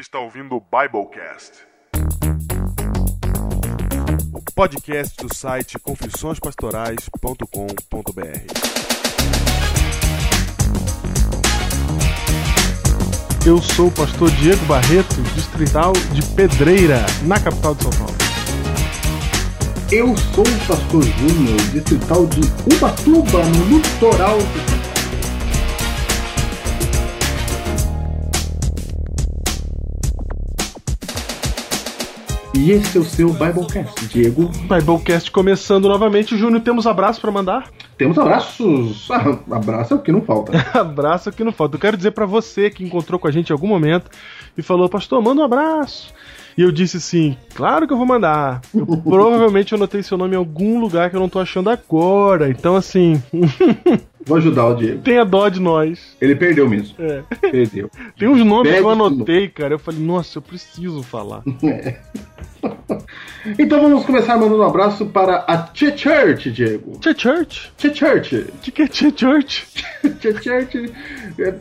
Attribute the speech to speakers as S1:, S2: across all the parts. S1: está ouvindo o Biblecast. O podcast do site confissõespastorais.com.br.
S2: Eu sou o pastor Diego Barreto, distrital de Pedreira, na capital de São Paulo.
S3: Eu sou o pastor Júnior, distrital de Ubatuba, no litoral de São Paulo. E esse é o seu Biblecast, Diego.
S2: Biblecast começando novamente. Júnior, temos abraço pra mandar?
S3: Temos abraços. Ah, abraço é o que não falta.
S2: abraço que não falta. Eu quero dizer pra você que encontrou com a gente em algum momento e falou, pastor, manda um abraço. E eu disse sim, claro que eu vou mandar. Eu, provavelmente eu anotei seu nome em algum lugar que eu não tô achando agora. Então, assim,
S3: Vou ajudar o Diego.
S2: tenha dó de nós.
S3: Ele perdeu mesmo.
S2: É.
S3: Perdeu.
S2: Tem uns nomes
S3: Pede
S2: que eu
S3: de novo.
S2: anotei, cara. Eu falei, nossa, eu preciso falar.
S3: Então vamos começar mandando um abraço para a Tia Church, Diego.
S2: Tia Church?
S3: Tia Church.
S2: O que, que é Tia Church?
S3: Tia Church. é-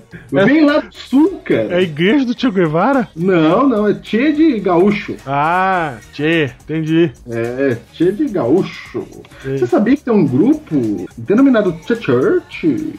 S3: Vem lá do sul,
S2: É a
S3: cara.
S2: igreja do Tio Guevara?
S3: Não, não, é Tia de Gaúcho.
S2: Ah, Tchê, entendi.
S3: É, Tia de Gaúcho.
S2: Ei.
S3: Você sabia que tem um grupo denominado Tia Church?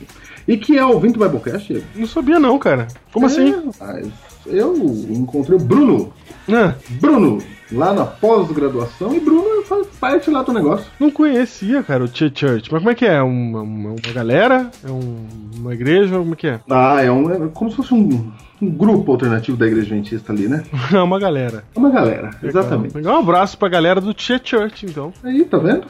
S3: E que é ouvinte do Biblecast? Diego?
S2: Não sabia não, cara. Como assim?
S3: É, mas eu encontrei o Bruno.
S2: Ah,
S3: Bruno, lá na pós-graduação, e Bruno faz parte lá do negócio.
S2: não conhecia, cara, o Tchê Church. Mas como é que é? É Uma, uma, uma galera? É um- uma igreja? Como é que é?
S3: Ah, é, um, é como se fosse um, um grupo alternativo da igreja adventista ali, né?
S2: É uma galera.
S3: É uma galera, exatamente.
S2: Legal. Um abraço pra galera do Tchê Church, então.
S3: Aí, tá vendo?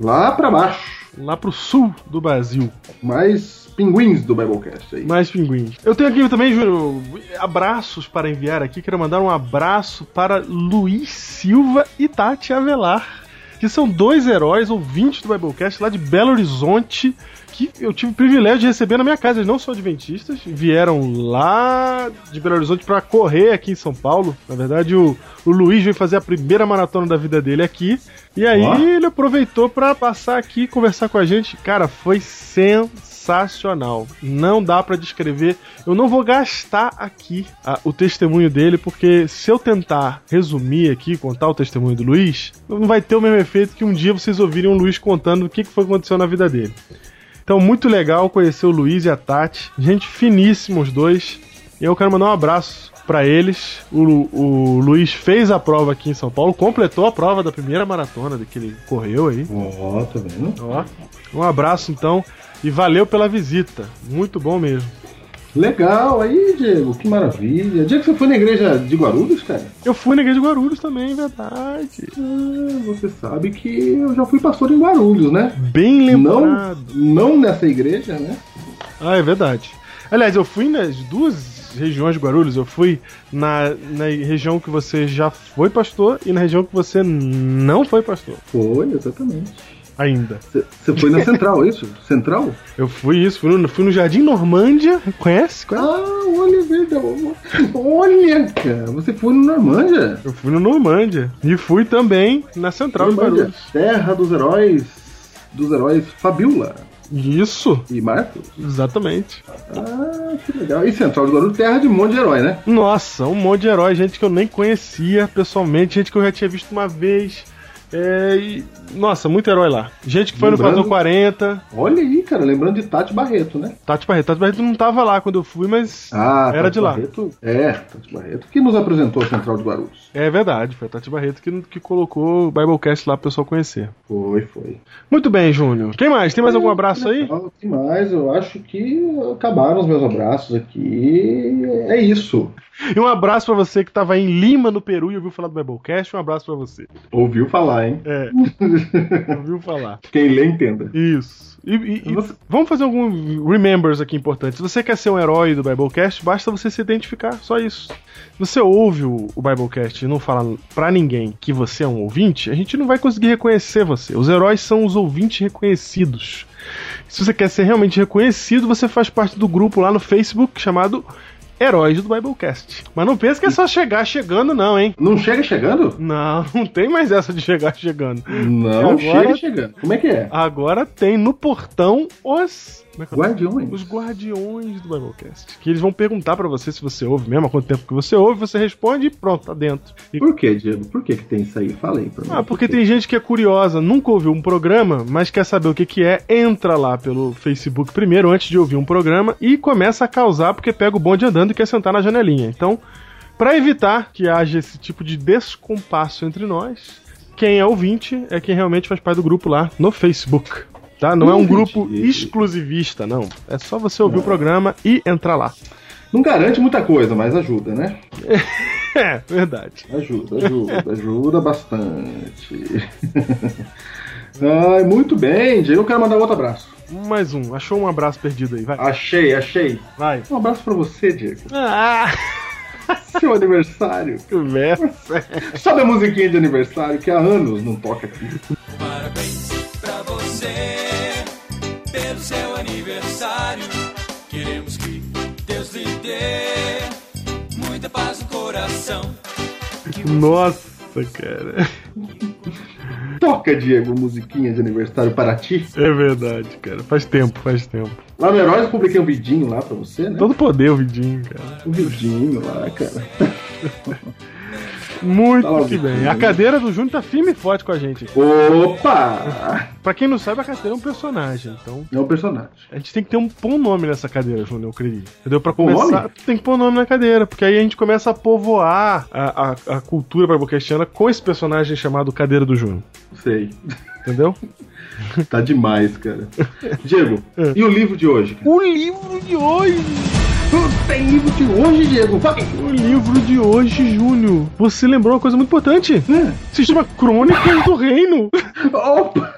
S3: Lá pra baixo.
S2: Lá pro sul do Brasil.
S3: Mais pinguins do Biblecast é aí.
S2: Mais pinguins. Eu tenho aqui também, Júnior, abraços para enviar aqui. Quero mandar um abraço para Luiz Silva e Tati Avelar, que são dois heróis ouvintes do Biblecast lá de Belo Horizonte, que eu tive o privilégio de receber na minha casa. Eles não são adventistas, vieram lá de Belo Horizonte para correr aqui em São Paulo. Na verdade, o, o Luiz veio fazer a primeira maratona da vida dele aqui. E aí
S3: Ó.
S2: ele aproveitou para passar aqui e conversar com a gente. Cara, foi sensacional. Não dá para descrever. Eu não vou gastar aqui ah, o testemunho dele, porque se eu tentar resumir aqui, contar o testemunho do Luiz, não vai ter o mesmo efeito que um dia vocês ouvirem o Luiz contando o que que foi que aconteceu na vida dele. Então, muito legal conhecer o Luiz e a Tati. Gente finíssima os dois. E eu quero mandar um abraço pra eles. O, Lu- o Luiz fez a prova aqui em São Paulo, completou a prova da primeira maratona que ele correu aí.
S3: Ó, tá vendo?
S2: Ó, um abraço então e valeu pela visita. Muito bom mesmo.
S3: Legal, aí, Diego, que maravilha. Diego, você foi na igreja de Guarulhos, cara?
S2: Eu fui na igreja de Guarulhos também, é verdade.
S3: Ah, Você sabe que eu já fui pastor em Guarulhos, né?
S2: Bem
S3: Não,
S2: lembrado.
S3: não nessa igreja, né?
S2: Ah, é verdade. Aliás, eu fui nas duas regiões de Guarulhos. Eu fui na, na região que você já foi pastor e na região que você não foi pastor
S3: Foi, exatamente.
S2: ainda.
S3: Você você foi na Central, é isso? Central?
S2: Eu fui isso, fui no, fui no Jardim Normândia. Conhece? Conhece?
S3: Ah, olha, verdade. Olha, cara, você foi no Normândia.
S2: Eu fui no Normândia. E fui também na Central de
S3: Normândia,
S2: Guarulhos.
S3: terra dos heróis, dos heróis Fabiola
S2: Isso,
S3: e Marcos.
S2: exatamente.
S3: Ah, que legal. E Central de Guarulhos, terra de um monte de herói, né?
S2: Nossa, um monte de herói, gente que eu nem conhecia pessoalmente, gente que eu já tinha visto uma vez. É, e- nossa, muito herói lá. Gente que foi
S3: Lembrando-
S2: no Fator 40.
S3: Olha aí, cara, lembrando de Tati Barreto, né?
S2: Tati Barreto. Tati Barreto não tava lá quando eu fui, mas
S3: Ah,
S2: era
S3: Tati
S2: de lá.
S3: Barreto, é, Tati Barreto, que nos apresentou a Central de Guarulhos.
S2: É verdade, foi a Tati Barreto que, que colocou o Biblecast lá pro pessoal conhecer.
S3: Foi, foi.
S2: Muito bem, Júnior. Quem mais? Tem mais algum abraço aí?
S3: Legal, que mais? Eu acho que acabaram os meus abraços aqui. É isso.
S2: E um abraço pra você que tava em Lima, no Peru, e ouviu falar do Biblecast. Um abraço pra você.
S3: Ouviu falar, hein?
S2: É, ouviu falar.
S3: Quem lê, entenda.
S2: Isso. E, e- e
S3: Você-
S2: vamos fazer algum remembers aqui importante. Se você quer ser um herói do Biblecast, basta você se identificar, só isso. Se você ouve o, o Biblecast e não fala pra ninguém que você é um ouvinte, a gente não vai conseguir reconhecer você. Os heróis são os ouvintes reconhecidos. Se você quer ser realmente reconhecido, você faz parte do grupo lá no Facebook chamado Heróis do Biblecast. Mas não pensa que é só chegar chegando, não, hein?
S3: Não chega chegando?
S2: Não, não tem mais essa de chegar chegando.
S3: Não
S2: Agora-
S3: chega chegando. Como é que é?
S2: Agora tem no portão os Como é que é o nome?
S3: Guardiões.
S2: Os guardiões do Biblecast. Que eles vão perguntar pra você se você ouve mesmo, há quanto tempo que você ouve, você responde e pronto, tá dentro. E-
S3: Por que, Diego? Por que, que tem isso aí? Fala aí pra mim.
S2: ah, porque
S3: Por quê?
S2: tem gente que é curiosa, nunca ouviu um programa, mas quer saber o que, que é, entra lá pelo Facebook primeiro, antes de ouvir um programa, e começa a causar porque pega o bonde andando e quer sentar na janelinha. Então, pra evitar que haja esse tipo de descompasso entre nós, quem é ouvinte é quem realmente faz parte do grupo lá no Facebook. Tá? Não é um
S3: Ouvinte.
S2: grupo exclusivista, não. É só você ouvir o programa e entrar lá.
S3: Não garante muita coisa, mas ajuda, né?
S2: É, verdade.
S3: Ajuda, ajuda, ajuda bastante. Ai, muito bem, Diego. Eu quero mandar um outro abraço.
S2: Mais um. Achou um abraço perdido aí. Vai.
S3: Achei, achei.
S2: Vai.
S3: Um abraço pra você, Diego.
S2: Ah,
S3: Seu aniversário.
S2: que merda.
S3: Sobe a musiquinha de aniversário que há anos não toca aqui.
S4: Parabéns pra você pelo seu aniversário. Queremos que Deus lhe dê muita paz no coração.
S2: Nossa, cara.
S3: Toca, Diego, musiquinha de aniversário para ti.
S2: É verdade, cara. Faz tempo, faz tempo.
S3: Lá no Heróis eu publiquei um vidinho lá pra você, né?
S2: Todo poder, o vidinho, cara.
S3: Um vidinho lá, cara.
S2: Muito
S3: Fala,
S2: que bem.
S3: Vidinho.
S2: A cadeira do Júnior tá firme e forte com a gente.
S3: Opa!
S2: Pra quem não sabe, a cadeira é um personagem. Então,
S3: É um personagem.
S2: a gente tem que ter um bom nome nessa cadeira, Júnior, eu creio. Entendeu? Pra
S3: Bom
S2: começar,
S3: nome?
S2: tem que pôr um nome na cadeira. Porque aí a gente começa a povoar a, a, a cultura barboquestiana com esse personagem chamado Cadeira do Júnior.
S3: Sei.
S2: Entendeu?
S3: Tá demais, cara. Diego, e o livro de hoje? cara?
S2: O livro de hoje!
S3: Tu Tem livro de hoje, Diego? Vai!
S2: O livro de hoje, Júnior. Você lembrou uma coisa muito importante.
S3: É.
S2: Se chama Crônicas do Reino.
S3: Opa!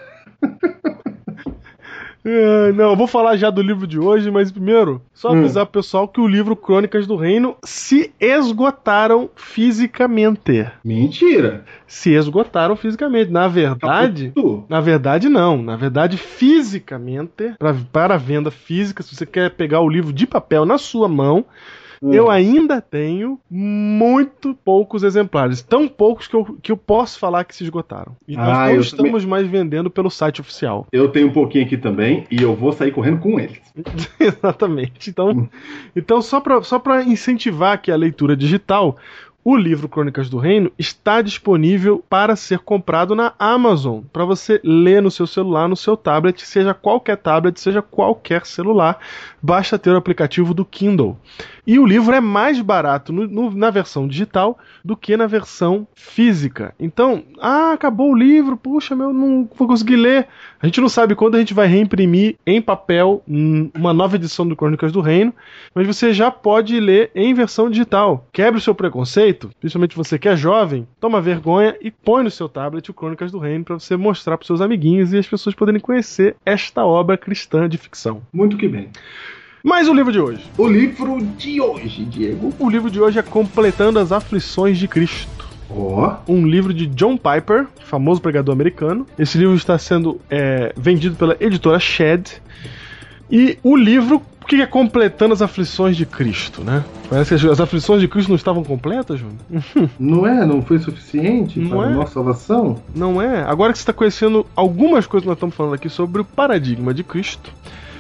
S2: É, não, eu vou falar já do livro de hoje, mas primeiro, só
S3: Hum.
S2: avisar pro pessoal que o livro Crônicas do Reino se esgotaram fisicamente.
S3: Mentira! Tá
S2: Se esgotaram fisicamente. Na verdade.
S3: Tu.
S2: Na verdade, não. Na verdade, fisicamente, pra- para venda física, se você quer pegar o livro de papel na sua mão,
S3: Hum.
S2: eu ainda tenho muito poucos exemplares. Tão poucos que eu, que eu posso falar que se esgotaram. E nós
S3: Ah,
S2: não
S3: eu
S2: estamos mais vendendo pelo site oficial.
S3: Eu tenho um pouquinho aqui também e eu vou sair correndo com eles.
S2: Exatamente. Então, então só para só pra incentivar aqui a leitura digital, o livro Crônicas do Reino está disponível para ser comprado na Amazon, para você ler no seu celular, no seu tablet, seja qualquer tablet, seja qualquer celular, basta ter o aplicativo do Kindle. E o livro é mais barato no- no- na versão digital do que na versão física. Então, ah, acabou o livro, puxa, meu, não vou conseguir ler. A gente não sabe quando a gente vai reimprimir em papel hum, uma nova edição do Crônicas do Reino, mas você já pode ler em versão digital. Quebre o seu preconceito, principalmente você que é jovem, toma vergonha e põe no seu tablet o Crônicas do Reino para você mostrar para seus amiguinhos e as pessoas poderem conhecer esta obra cristã de ficção.
S3: Muito que bem.
S2: Mais o livro de hoje.
S3: O livro de hoje, Diego.
S2: O livro de hoje é Completando as Aflições de Cristo.
S3: Ó.
S2: um livro de John Piper, famoso pregador americano. Esse livro está sendo é, vendido pela editora Shed. E o livro, o que é completando as aflições de Cristo, né? Parece que as- as aflições de Cristo não estavam completas, Júnior?
S3: Não é? Não foi suficiente
S2: Não
S3: para
S2: é?
S3: a nossa salvação?
S2: Não é? Agora que você está conhecendo algumas coisas que nós estamos falando aqui sobre o paradigma de Cristo,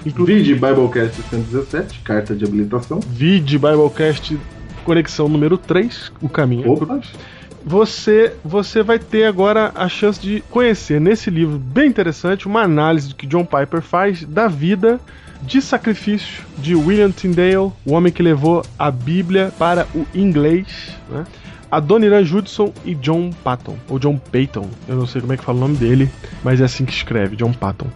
S3: Vide Biblecast 117, carta de habilitação.
S2: vide Biblecast Conexão número 3, o caminho é
S3: Opa!
S2: você você vai ter agora a chance de conhecer nesse livro bem interessante uma análise do que John Piper faz da vida de sacrifício de William Tyndale, o homem que levou a Bíblia para o inglês, né? A Adoniran Judson e John Patton, ou John Payton, eu não sei como é que fala o nome dele, mas é assim que escreve, John Patton.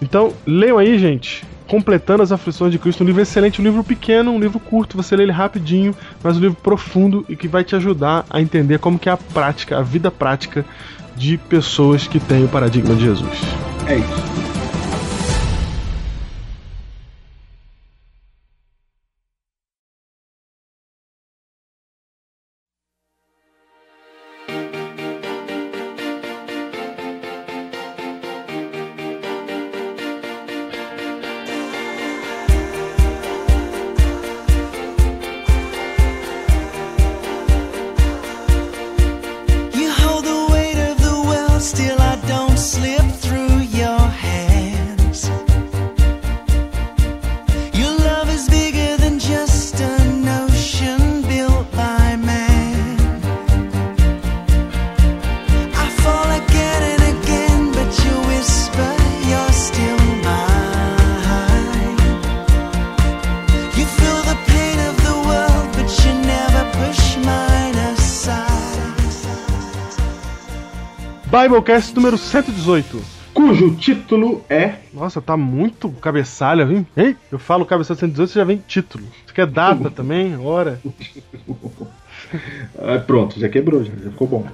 S2: Então, leiam aí, gente. Completando as aflições de Cristo, um livro excelente, um livro pequeno, um livro curto, você lê ele rapidinho, mas um livro profundo e que vai te ajudar a entender como que é a prática, a vida prática de pessoas que têm o paradigma de Jesus.
S3: É isso.
S5: You hold the weight of the world, still I don't slip through your hands.
S2: Biblecast número 118.
S3: cujo título é
S2: Nossa, tá muito cabeçalha, hein? Ei, eu falo cabeçalha 118, você já vem título. Você quer data também? Hora?
S3: Ah, pronto, já quebrou, já, já ficou bom.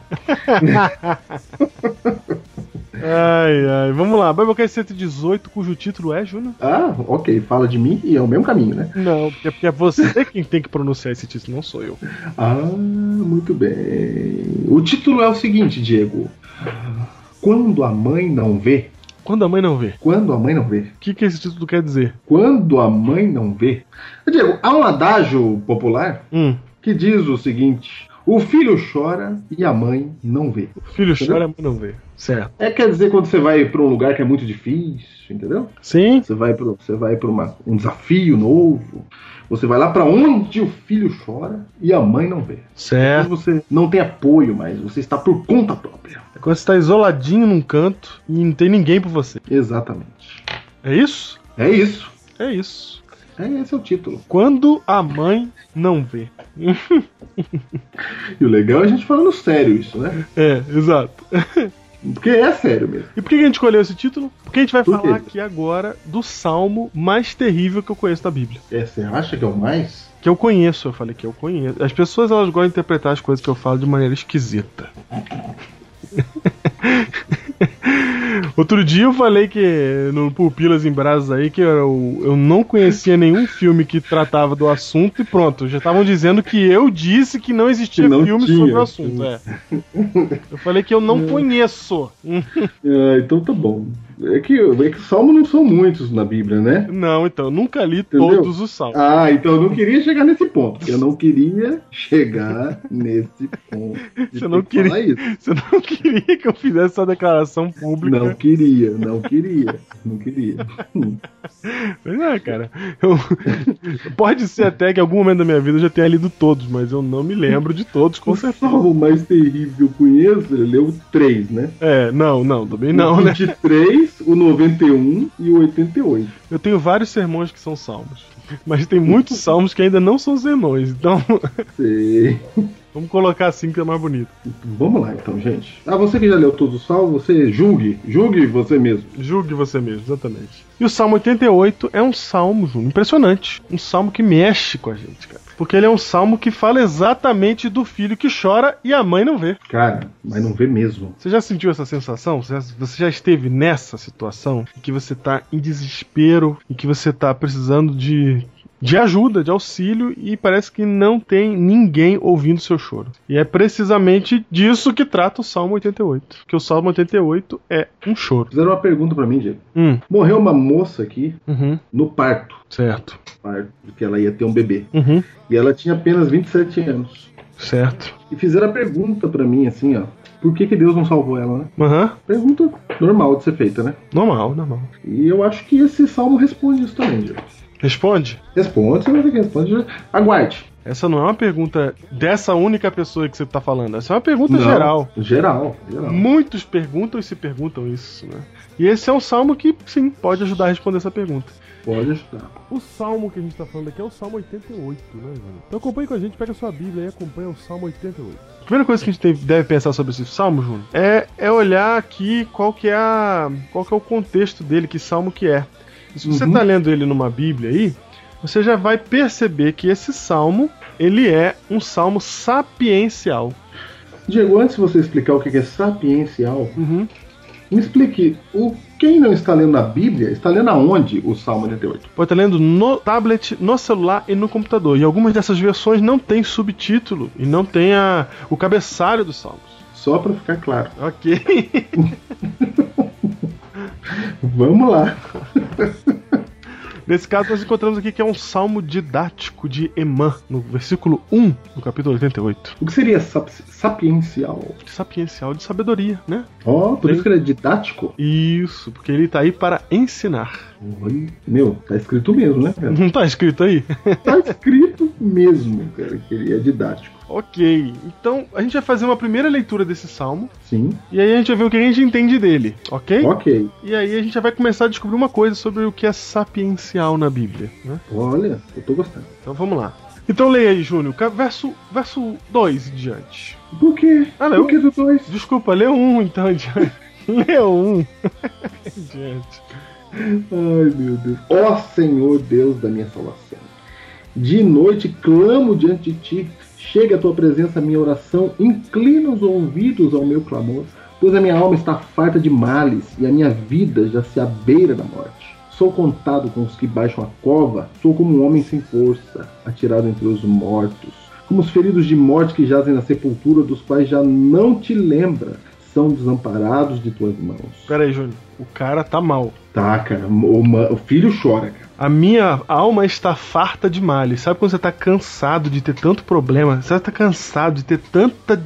S2: Ai, ai. Vamos lá. Biblecast 118, cujo título é, Júnior?
S3: Ah, ok, fala de mim e é o mesmo caminho, né?
S2: Não, porque é porque é você quem tem que pronunciar esse título, não sou eu.
S3: Ah, muito bem. O título é o seguinte, Diego. Ah, Quando a mãe não vê.
S2: Quando a mãe não vê.
S3: Quando a mãe não vê.
S2: O que, que esse título quer dizer?
S3: Quando a mãe não vê. Diego, há um adágio popular
S2: Hum,
S3: que diz o seguinte: o filho chora e a mãe não vê.
S2: filho chora, mãe não vê. Certo.
S3: É quer dizer quando você vai para um lugar que é muito difícil, entendeu?
S2: Sim?
S3: Você vai para você vai para uma- um desafio novo. Você vai lá para onde o filho chora e a mãe não vê.
S2: Certo.
S3: Você não tem apoio mais, você está por conta própria.
S2: É quando você tá isoladinho num canto e não tem ninguém por você.
S3: Exatamente.
S2: É isso?
S3: É isso.
S2: É isso.
S3: É esse é o título.
S2: Quando a mãe não vê.
S3: E o legal é a gente falando sério isso, né?
S2: É, exato.
S3: Porque é sério mesmo.
S2: E por que a gente escolheu esse título? Porque a gente vai
S3: Por quê?
S2: falar aqui agora do salmo mais terrível que eu conheço da Bíblia.
S3: É, você acha que é o mais?
S2: Que eu conheço, eu falei que eu conheço. As pessoas elas gostam de interpretar as coisas que eu falo de maneira esquisita. Outro dia eu falei que no Pupilas em Brasas aí que eu, eu não conhecia nenhum filme que tratava do assunto e pronto, já estavam dizendo que eu disse que não existia
S3: Que não
S2: filme
S3: tinha.
S2: sobre o assunto. é. Eu falei que eu não conheço.
S3: É, então tá bom. É que, é que salmos não são muitos na Bíblia, né?
S2: Não, então, eu nunca li
S3: Entendeu?
S2: todos os salmos.
S3: Ah, então eu não queria chegar nesse ponto. porque Eu não queria chegar nesse ponto. de
S2: Você não
S3: ter que falar isso.
S2: Você não queria que eu fizesse essa declaração pública.
S3: Não queria, não queria, não queria.
S2: Pois é, cara. Eu- Pode ser até que em algum momento da minha vida eu já tenha lido todos, mas eu não me lembro de todos, com
S3: O
S2: certeza.
S3: salmo mais terrível que eu conheço, ele leu três, né?
S2: É, não, não, também não,
S3: o
S2: né?
S3: 23, o 91 e o 88.
S2: Eu tenho vários sermões que são salmos. Mas tem muitos salmos que ainda não são sermões. Então,
S3: Sei.
S2: vamos colocar assim que é mais bonito.
S3: Vamos lá então, gente. Ah, você que já leu todos os salmos, você julgue. Julgue você mesmo.
S2: Julgue você mesmo, exatamente. E o Salmo 88 é um salmo, Júnior, impressionante. Um salmo que mexe com a gente, cara. Porque ele é um salmo que fala exatamente do filho que chora e a mãe não vê.
S3: Cara, mas não vê mesmo.
S2: Você já sentiu essa sensação? Você já, você já esteve nessa situação em que você tá em desespero, em que você tá precisando de, de ajuda, de auxílio e parece que não tem ninguém ouvindo seu choro. E é precisamente disso que trata o Salmo 88. Que o Salmo 88 é um choro.
S3: Fizeram uma pergunta pra mim, Diego.
S2: Hum,
S3: Morreu uma moça aqui
S2: uhum,
S3: no parto,
S2: certo.
S3: parto, que ela ia ter um bebê.
S2: Uhum,
S3: E ela tinha apenas 27 anos.
S2: certo.
S3: E fizeram a pergunta pra mim assim, ó. Por que, que Deus não salvou ela, né?
S2: Aham,
S3: Pergunta normal de ser feita, né?
S2: normal, normal.
S3: E eu acho que esse salmo responde isso também, Diego.
S2: Responde.
S3: Responde, você vai ver que responde. já- Aguarde.
S2: Essa não é uma pergunta dessa única pessoa que você tá falando. Essa é uma pergunta geral.
S3: Geral, geral.
S2: Muitos perguntam e se perguntam isso, né? E esse é um salmo que, sim, pode ajudar a responder essa pergunta.
S3: Pode ajudar.
S2: O salmo que a gente tá falando aqui é o salmo 88, né, Júnior? Então acompanhe com a gente, pega a sua Bíblia e acompanha o salmo 88. A primeira coisa que a gente tem- deve pensar sobre esse salmo, Júnior, é, é olhar aqui qual que, é a, qual que é o contexto dele, que salmo que é. E se você
S3: Uhum.
S2: tá lendo ele numa Bíblia aí, você já vai perceber que esse salmo, ele é um salmo sapiencial.
S3: Diego, antes de você explicar o que que é sapiencial,
S2: Uhum.
S3: me explique. O, quem não está lendo a Bíblia, está lendo aonde o Salmo 88?
S2: Pode estar tá lendo no tablet, no celular e no computador. E algumas dessas versões não tem subtítulo e não tem a, o cabeçalho dos salmos.
S3: Só para ficar claro.
S2: Ok.
S3: Vamos lá.
S2: Nesse caso, nós encontramos aqui que é um salmo didático de Emã, no versículo 1 do capítulo 88.
S3: O que seria sap- sapiencial?
S2: De sapiencial, de sabedoria, né?
S3: Ó, por
S2: Sim.
S3: isso que ele é didático?
S2: Isso, porque ele tá aí para ensinar.
S3: Oi. Meu, tá escrito mesmo, né, cara?
S2: Não tá escrito aí?
S3: Tá escrito mesmo, cara, que ele é didático.
S2: ok. Então, a gente vai fazer uma primeira leitura desse salmo
S3: Sim,
S2: e aí a gente vai ver o que a gente entende dele, ok?
S3: ok.
S2: E aí a gente já vai começar a descobrir uma coisa sobre o que é sapiencial na Bíblia, né?
S3: Olha, eu tô gostando.
S2: Então vamos lá. Então leia aí, Júnior. Ca- Verso 2 verso dois em diante.
S3: Do que?
S2: Ah, não.
S3: do que do dois?
S2: Desculpa, lê um então em diante. Lê um. em diante.
S3: Ai, meu Deus. Ó Senhor Deus da minha salvação. De noite clamo diante de ti. Chega a tua presença a minha oração. Inclina os ouvidos ao meu clamor. Pois a minha alma está farta de males e a minha vida já se abeira da morte. Sou contado com os que baixam a cova. Sou como um homem sem força, atirado entre os mortos. Como os feridos de morte que jazem na sepultura, dos quais já não te lembra. São desamparados de tuas mãos.
S2: Pera aí, Júnior. O cara tá mal.
S3: Tá, cara. O, ma- o filho chora, cara.
S2: A minha alma está farta de males. Sabe quando você tá cansado de ter tanto problema? Você tá cansado de ter tanta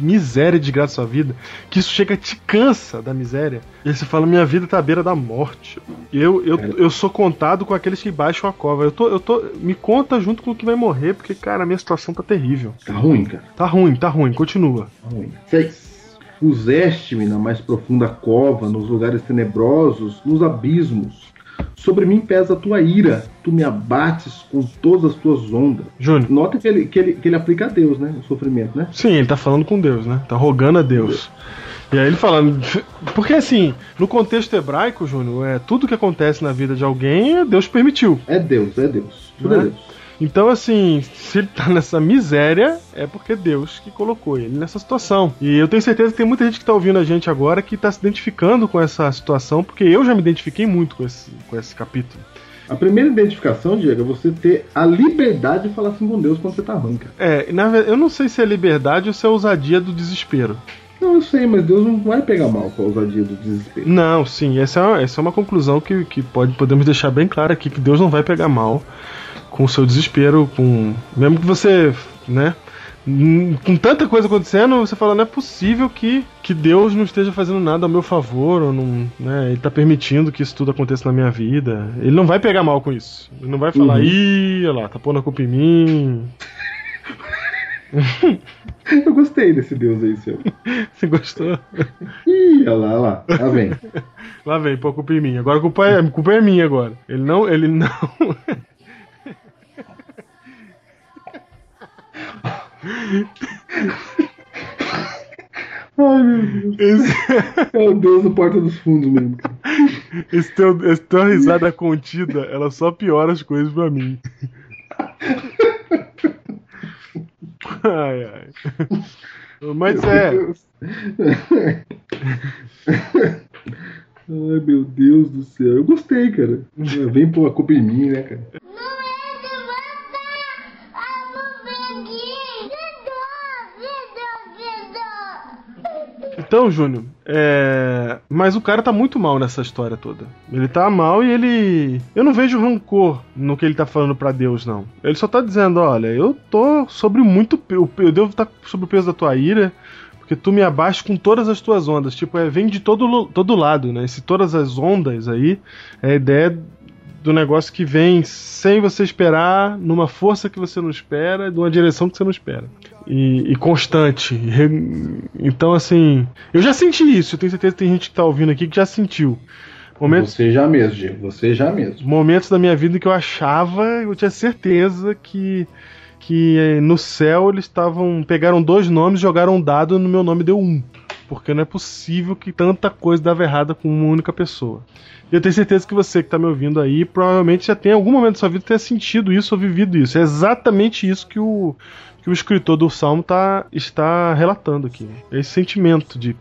S2: miséria e desgraça na sua vida que isso chega te cansa da miséria. E aí você fala, minha vida tá à beira da morte. Eu, eu, eu sou contado com aqueles que baixam a cova. Eu tô, eu tô. Me conta junto com o que vai morrer, porque, cara, a minha situação tá terrível.
S3: Tá ruim, cara.
S2: Tá ruim, tá ruim, continua.
S3: Tá ruim. Seis. Puseste-me na mais profunda cova, nos lugares tenebrosos, nos abismos. Sobre mim pesa a tua ira, tu me abates com todas as tuas ondas.
S2: Júnior.
S3: Nota que ele, que ele, que ele aplica a Deus, né? O sofrimento, né?
S2: Sim, ele tá falando com Deus, né? Tá rogando a Deus. E aí ele falando. Porque assim, no contexto hebraico, Júnior, é, tudo que acontece na vida de alguém, Deus permitiu.
S3: É Deus, é Deus. Tudo
S2: Né?
S3: é Deus.
S2: Então, assim, se ele tá nessa miséria, é porque Deus que colocou ele nessa situação. E eu tenho certeza que tem muita gente que tá ouvindo a gente agora que tá se identificando com essa situação, porque eu já me identifiquei muito com esse, com esse capítulo.
S3: A primeira identificação, Diego, é você ter a liberdade de falar assim com Deus quando você tá ruim, cara.
S2: É, na, ve- eu não sei se é liberdade ou se é ousadia do desespero.
S3: Não, eu sei, mas Deus não vai pegar mal com a ousadia do desespero.
S2: Não, sim, essa é uma, essa é uma conclusão que, que pode, podemos deixar bem clara aqui, que Deus não vai pegar mal com o seu desespero, com. Mesmo que você, né? n- Com tanta coisa acontecendo, você fala, não é possível que, que Deus não esteja fazendo nada a meu favor, ou não. Né, ele tá permitindo que isso tudo aconteça na minha vida. Ele não vai pegar mal com isso. Ele não vai falar,
S3: Uhum.
S2: ih, olha lá, tá pondo a culpa em mim.
S3: Eu gostei desse Deus aí, seu.
S2: Você gostou?
S3: Ih, olha lá, olha lá. Tá vendo?
S2: Lá vem, pô, a culpa em mim. Agora a culpa é, a culpa é minha agora. Ele não, ele não.
S3: Ai, meu Deus.
S2: Esse,
S3: É o Deus do Porta dos Fundos mesmo. cara.
S2: esse, teu, esse teu risada contida, ela só piora as coisas pra mim. Ai, ai. Mas é,
S3: Ai, meu Deus do céu. Eu gostei, cara. Vem pôr a culpa em mim, né, cara?
S5: Não é levanta a nuvem, vida, vida, vida.
S2: Então, Júnior, é... mas o cara tá muito mal nessa história toda. Ele tá mal e ele. Eu não vejo rancor no que ele tá falando pra Deus, não. Ele só tá dizendo: olha, eu tô sobre muito. pe- o pe- Eu devo estar sobre o peso da tua ira. Porque tu me abaixo com todas as tuas ondas. Tipo, é, vem de todo, lu- todo lado, né? Esse todas as ondas aí é a ideia do negócio que vem sem você esperar, numa força que você não espera, numa direção que você não espera. E, e constante. E re- Então, assim. Eu já senti isso, eu tenho certeza que tem gente que tá ouvindo aqui que já sentiu. Momentos,
S3: Você já mesmo, Diego. Você já mesmo.
S2: momentos da minha vida em que eu achava, eu tinha certeza que. Que eh, no céu eles estavam. Pegaram dois nomes, jogaram um dado no meu nome deu um. Porque não é possível que tanta coisa dava errada com uma única pessoa. E eu tenho certeza que você que tá me ouvindo aí, provavelmente já tem em algum momento da sua vida tenha sentido isso ou vivido isso. É exatamente isso que o, que o escritor do Salmo tá, está relatando aqui. Esse sentimento de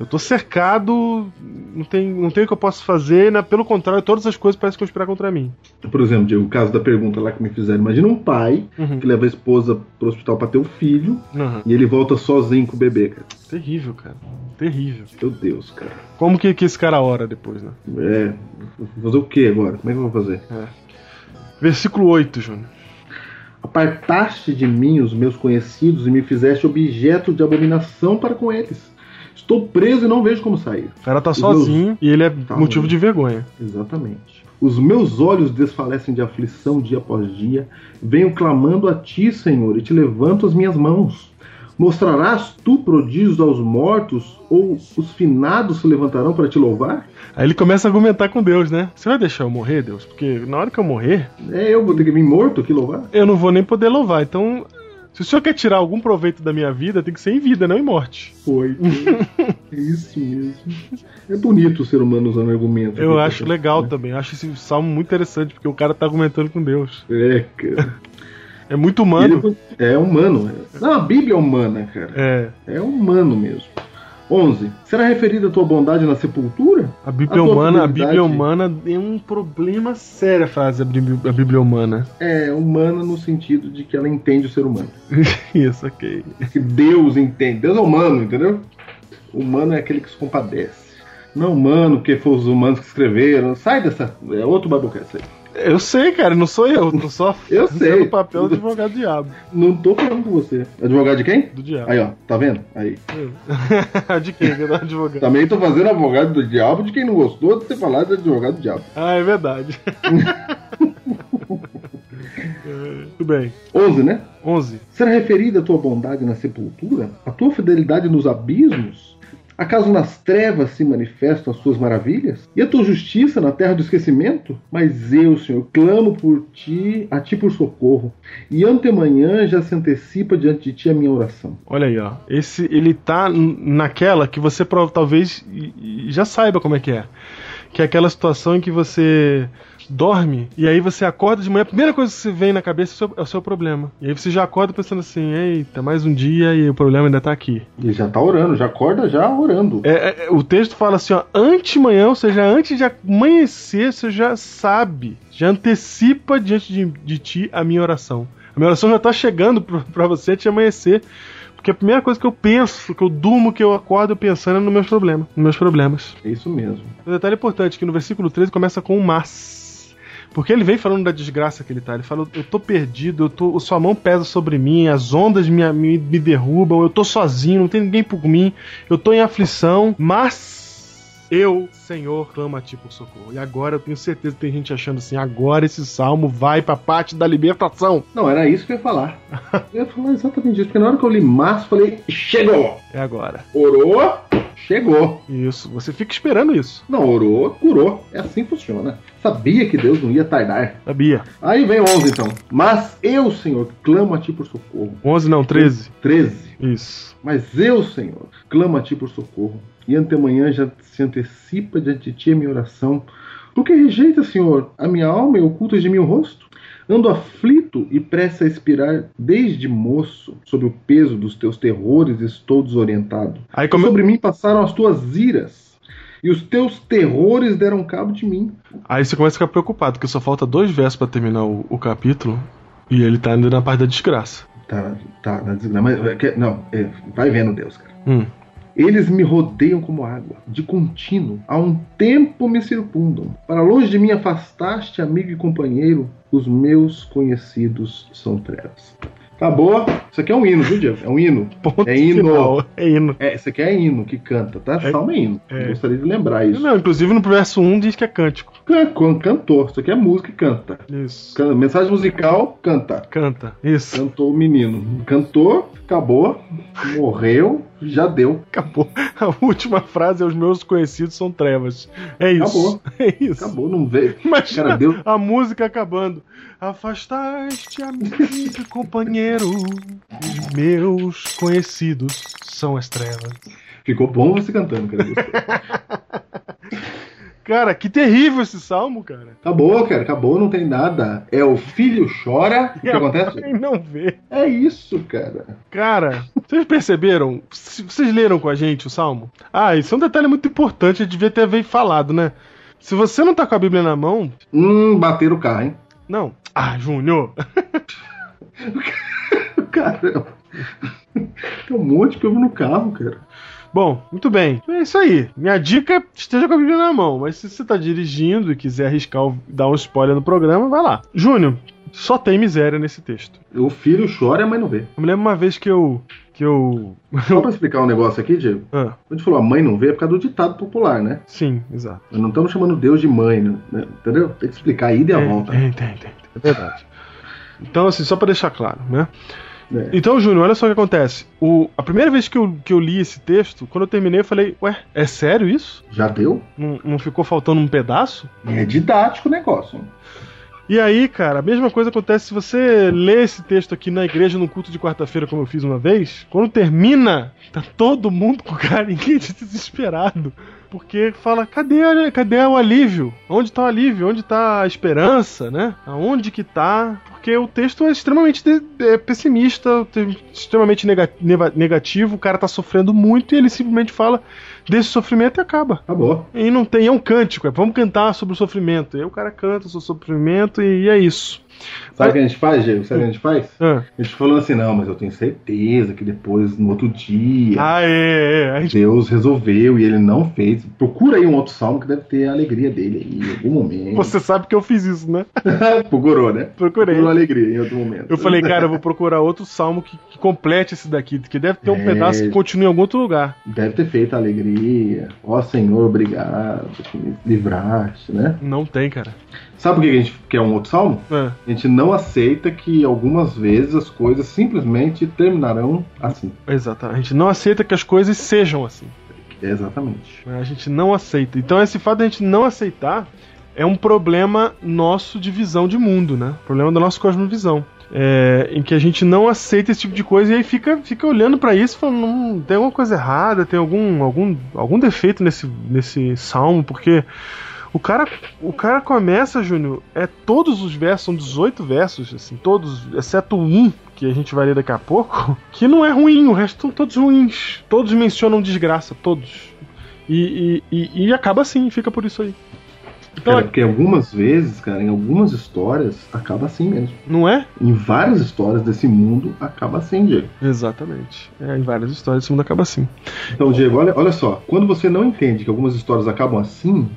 S2: eu tô cercado, não tem, não tem o que eu posso fazer, né? pelo contrário, todas as coisas parecem conspirar contra mim.
S3: Por exemplo, Diego, o caso da pergunta lá que me fizeram. Imagina um pai
S2: Uhum.
S3: que leva a esposa pro hospital pra ter um filho
S2: Aham.
S3: e ele volta sozinho com o bebê, cara.
S2: Terrível, cara. Terrível.
S3: Meu Deus, cara.
S2: Como que, que esse cara ora depois, né?
S3: É. Vou fazer o que agora? Como é que eu vou fazer?
S2: Versículo 8, Júnior.
S3: Apartaste de mim os meus conhecidos e me fizeste objeto de abominação para com eles. Estou preso e não vejo como sair.
S2: O cara tá
S3: Os
S2: sozinho e ele é
S3: Tá
S2: motivo
S3: ruim.
S2: de vergonha.
S3: Exatamente. Os meus olhos desfalecem de aflição dia após dia. Venho clamando a ti, Senhor, e te levanto as minhas mãos. Mostrarás tu prodígios aos mortos, ou os finados se levantarão para te louvar?
S2: Aí ele começa a argumentar com Deus, né? Você vai deixar eu morrer, Deus? Porque na hora que eu morrer,
S3: É, eu vou ter que vir morto aqui louvar?
S2: eu não vou nem poder louvar. Então, se o senhor quer tirar algum proveito da minha vida, tem que ser em vida, não em morte.
S3: Foi. é isso mesmo. É bonito o ser humano usando argumentos.
S2: Eu acho legal também. Eu acho esse salmo muito interessante, porque o cara tá argumentando com Deus.
S3: É, cara.
S2: É muito humano.
S3: Ele é humano. é. Não, a Bíblia é humana, cara.
S2: É.
S3: É humano mesmo. 11. Será referida a tua bondade na sepultura?
S2: A Bíblia
S3: tua
S2: humana, a Bíblia
S3: fidelidade-
S2: humana é um problema sério a frase a Bí- a Bíblia humana.
S3: É, humana no sentido de que ela entende o ser humano.
S2: Isso, ok.
S3: Que Deus entende. Deus é humano, entendeu? Humano é aquele que se compadece. Não humano, porque foram os humanos que escreveram. Sai dessa. É outro babocast aí.
S2: Eu sei, cara, não sou eu, tô só
S3: Eu sei.
S2: o papel do advogado diabo.
S3: Não tô falando com você. Advogado de quem?
S2: Do diabo.
S3: Aí, ó. Tá vendo? Aí.
S2: de quem? que eu tô advogado.
S3: Também tô fazendo advogado do diabo de quem não gostou de ter falado de advogado do diabo.
S2: Ah, é verdade. É, Tudo bem.
S3: 11, né?
S2: 11.
S3: Será referida a tua bondade na sepultura? A tua fidelidade nos abismos? Acaso nas trevas se manifestam as tuas maravilhas? E a tua justiça na terra do esquecimento? Mas eu, Senhor, clamo por ti, a ti por socorro. E antemanhã já se antecipa diante de ti a minha oração.
S2: Olha aí, ó. Esse, ele tá n- naquela que você prova- talvez e- e já saiba como é que é. Que é aquela situação em que você dorme e aí você acorda de manhã, a primeira coisa que você vem na cabeça é o seu, é o seu problema. E aí você já acorda pensando assim: eita, mais um dia e o problema ainda tá aqui.
S3: E já tá orando, já acorda já orando.
S2: É, é, é, o texto fala assim, ó, antemanhã, ou seja, antes de amanhecer, você já sabe, já antecipa diante de, de ti a minha oração. A minha oração já tá chegando pro- pra você antes de amanhecer, porque a primeira coisa que eu penso, que eu durmo, que eu acordo pensando é nos meus problemas, nos meus problemas.
S3: É isso mesmo.
S2: Um detalhe importante, que no versículo 13 começa com um mas. Porque ele vem falando da desgraça que ele tá. Ele fala, eu tô perdido, eu tô, sua mão pesa sobre mim, as ondas me, me, me derrubam, eu tô sozinho, não tem ninguém por mim, eu tô em aflição, mas eu, Senhor, clamo a ti por socorro. E agora eu tenho certeza que tem gente achando assim, agora esse salmo vai pra parte da libertação.
S3: Não, era isso que eu ia falar. eu ia falar exatamente isso, porque na hora que eu li massa, falei, chegou!
S2: É agora.
S3: Orou, chegou!
S2: Isso, você fica esperando isso.
S3: Não, orou, curou. É assim que funciona. Sabia que Deus não ia tardar.
S2: Sabia?
S3: Aí vem o 11 então. Mas eu, Senhor, clamo a ti por socorro.
S2: 11 não, 13.
S3: 13.
S2: Isso.
S3: Mas eu, Senhor, clamo a ti por socorro. E antemanhã já se antecipa diante de ti a minha oração. Porque rejeita, Senhor, a minha alma e ocultas de mim o rosto? Ando aflito e pressa a expirar desde moço, sob o peso dos teus terrores estou desorientado.
S2: Aí come-
S3: Sobre mim passaram as tuas iras, e os teus terrores deram cabo de mim.
S2: Aí você começa a ficar preocupado, porque só falta dois versos pra terminar o, o capítulo. E ele tá ainda na parte da desgraça.
S3: Tá, tá, na desgraça. Mas, é que- não, é, vai vendo Deus, cara.
S2: Hum.
S3: Eles me rodeiam como água, de contínuo, há um tempo me circundam. Para longe de mim afastaste, amigo e companheiro, os meus conhecidos são trevas. Acabou. Isso aqui é um hino, viu, Diego? É um hino.
S2: Ponto
S3: É hino.
S2: final. É hino.
S3: É, isso aqui é hino que canta, tá?
S2: É-
S3: Salmo é hino.
S2: é.
S3: Gostaria de lembrar isso.
S2: Não, inclusive no verso 1 diz que é cântico.
S3: Can- can- Cantor, isso aqui é música e canta.
S2: Isso.
S3: Can- Mensagem musical, canta.
S2: Canta. Isso.
S3: Cantou o menino. Cantou, acabou, morreu, já deu.
S2: Acabou. A última frase é os meus conhecidos são trevas. É isso.
S3: Acabou.
S2: É isso.
S3: Acabou, não veio.
S2: Imagina
S3: Cara, Deus,
S2: a música acabando. Afastaste, amigo e companheiro. Os meus conhecidos são as trevas.
S3: ficou bom você cantando, cara. Gostei.
S2: Cara, que terrível esse salmo, cara.
S3: Acabou, cara, acabou, não tem nada. É o filho chora. O que
S2: a
S3: acontece?
S2: mãe não vê.
S3: É isso, cara.
S2: Cara, vocês perceberam? C- Vocês leram com a gente o Salmo? Ah, isso é um detalhe muito importante, eu devia ter veio falado, né? Se você não tá com a Bíblia na mão,
S3: Hum, bateram o carro, hein?
S2: não. Ah, Júnior!
S3: Caramba. Tem um monte de povo no carro, cara.
S2: Bom, muito bem. É isso aí. Minha dica é esteja com a Bíblia na mão, mas se você tá dirigindo e quiser arriscar o- dar um spoiler no programa, vai lá. Júnior, só tem miséria nesse texto.
S3: O filho chora, mas não vê.
S2: Eu me lembro uma vez que eu. que eu.
S3: Só pra explicar um negócio aqui, Diego.
S2: Ah,
S3: Quando a gente falou a mãe não vê, é por causa do ditado popular, né?
S2: sim, exato.
S3: Nós não estamos chamando Deus de mãe, né? Entendeu? Tem Tá
S2: É,
S3: que explicar a ida e a volta. É
S2: Tem, tem, tem. É verdade. Então, assim, só pra deixar claro, né?
S3: né?
S2: Então, Júnior, olha só o que acontece. O, a primeira vez que eu, que eu li esse texto, quando eu terminei, eu falei, ué, é sério isso?
S3: Já deu?
S2: Não, não ficou faltando um pedaço?
S3: É didático o negócio. hein?
S2: E aí, cara, a mesma coisa acontece se você lê esse texto aqui na igreja no culto de quarta-feira, como eu fiz uma vez. Quando termina, tá todo mundo com carinha de desesperado. Porque fala, cadê, a- cadê o alívio? Onde tá o alívio? Onde tá a esperança, né? Aonde que tá? Porque o texto é extremamente de- é pessimista, te- extremamente nega- neva- negativo, o cara tá sofrendo muito e ele simplesmente fala desse sofrimento e acaba.
S3: Acabou.
S2: E não tem, é um cântico, é vamos cantar sobre o sofrimento. E aí o cara canta sobre o sofrimento e é isso.
S3: Sabe o que a gente faz, Diego? Sabe o que a gente faz?
S2: Ah,
S3: A gente falou assim, não, mas eu tenho certeza que depois, no outro dia,
S2: ah é, é, a gente-
S3: Deus resolveu e ele não fez. Procura aí um outro salmo que deve ter a alegria dele aí em algum momento.
S2: Você sabe que eu fiz isso, né?
S3: Procurou, né?
S2: Procurei.
S3: Procurou alegria em outro momento.
S2: Eu falei, cara, eu vou procurar outro salmo que, que complete esse daqui, que deve ter um
S3: É.
S2: pedaço que continue em algum outro lugar.
S3: Deve ter feito a alegria. Ó Senhor, obrigado que me livraste, né?
S2: Não tem, cara.
S3: Sabe por que a gente quer um outro salmo?
S2: Ah,
S3: A gente não aceita que algumas vezes as coisas simplesmente terminarão assim.
S2: exatamente. A gente não aceita que as coisas sejam assim.
S3: Exatamente.
S2: né? A gente não aceita. Então, esse fato de a gente não aceitar é um problema nosso de visão de mundo, né? Problema da nossa cosmovisão. É, em que a gente não aceita esse tipo de coisa e aí fica, fica olhando pra isso e falando: "Hum, tem alguma coisa errada, tem algum, algum, algum defeito nesse, nesse salmo, porque o cara, o cara começa, Júnior, é todos os versos, são 18 versos, assim, todos, exceto um, que a gente vai ler daqui a pouco, que não é ruim, o resto são todos ruins. Todos mencionam desgraça, todos. E, e, e, e acaba assim, fica por isso aí. Então,
S3: Cara, porque algumas vezes, cara, em algumas histórias, acaba assim mesmo.
S2: não é?
S3: Em várias histórias desse mundo, acaba assim, Diego.
S2: Exatamente. É, em várias histórias esse mundo acaba assim.
S3: Então, Diego, olha, olha só. Quando você não entende que algumas histórias acabam assim,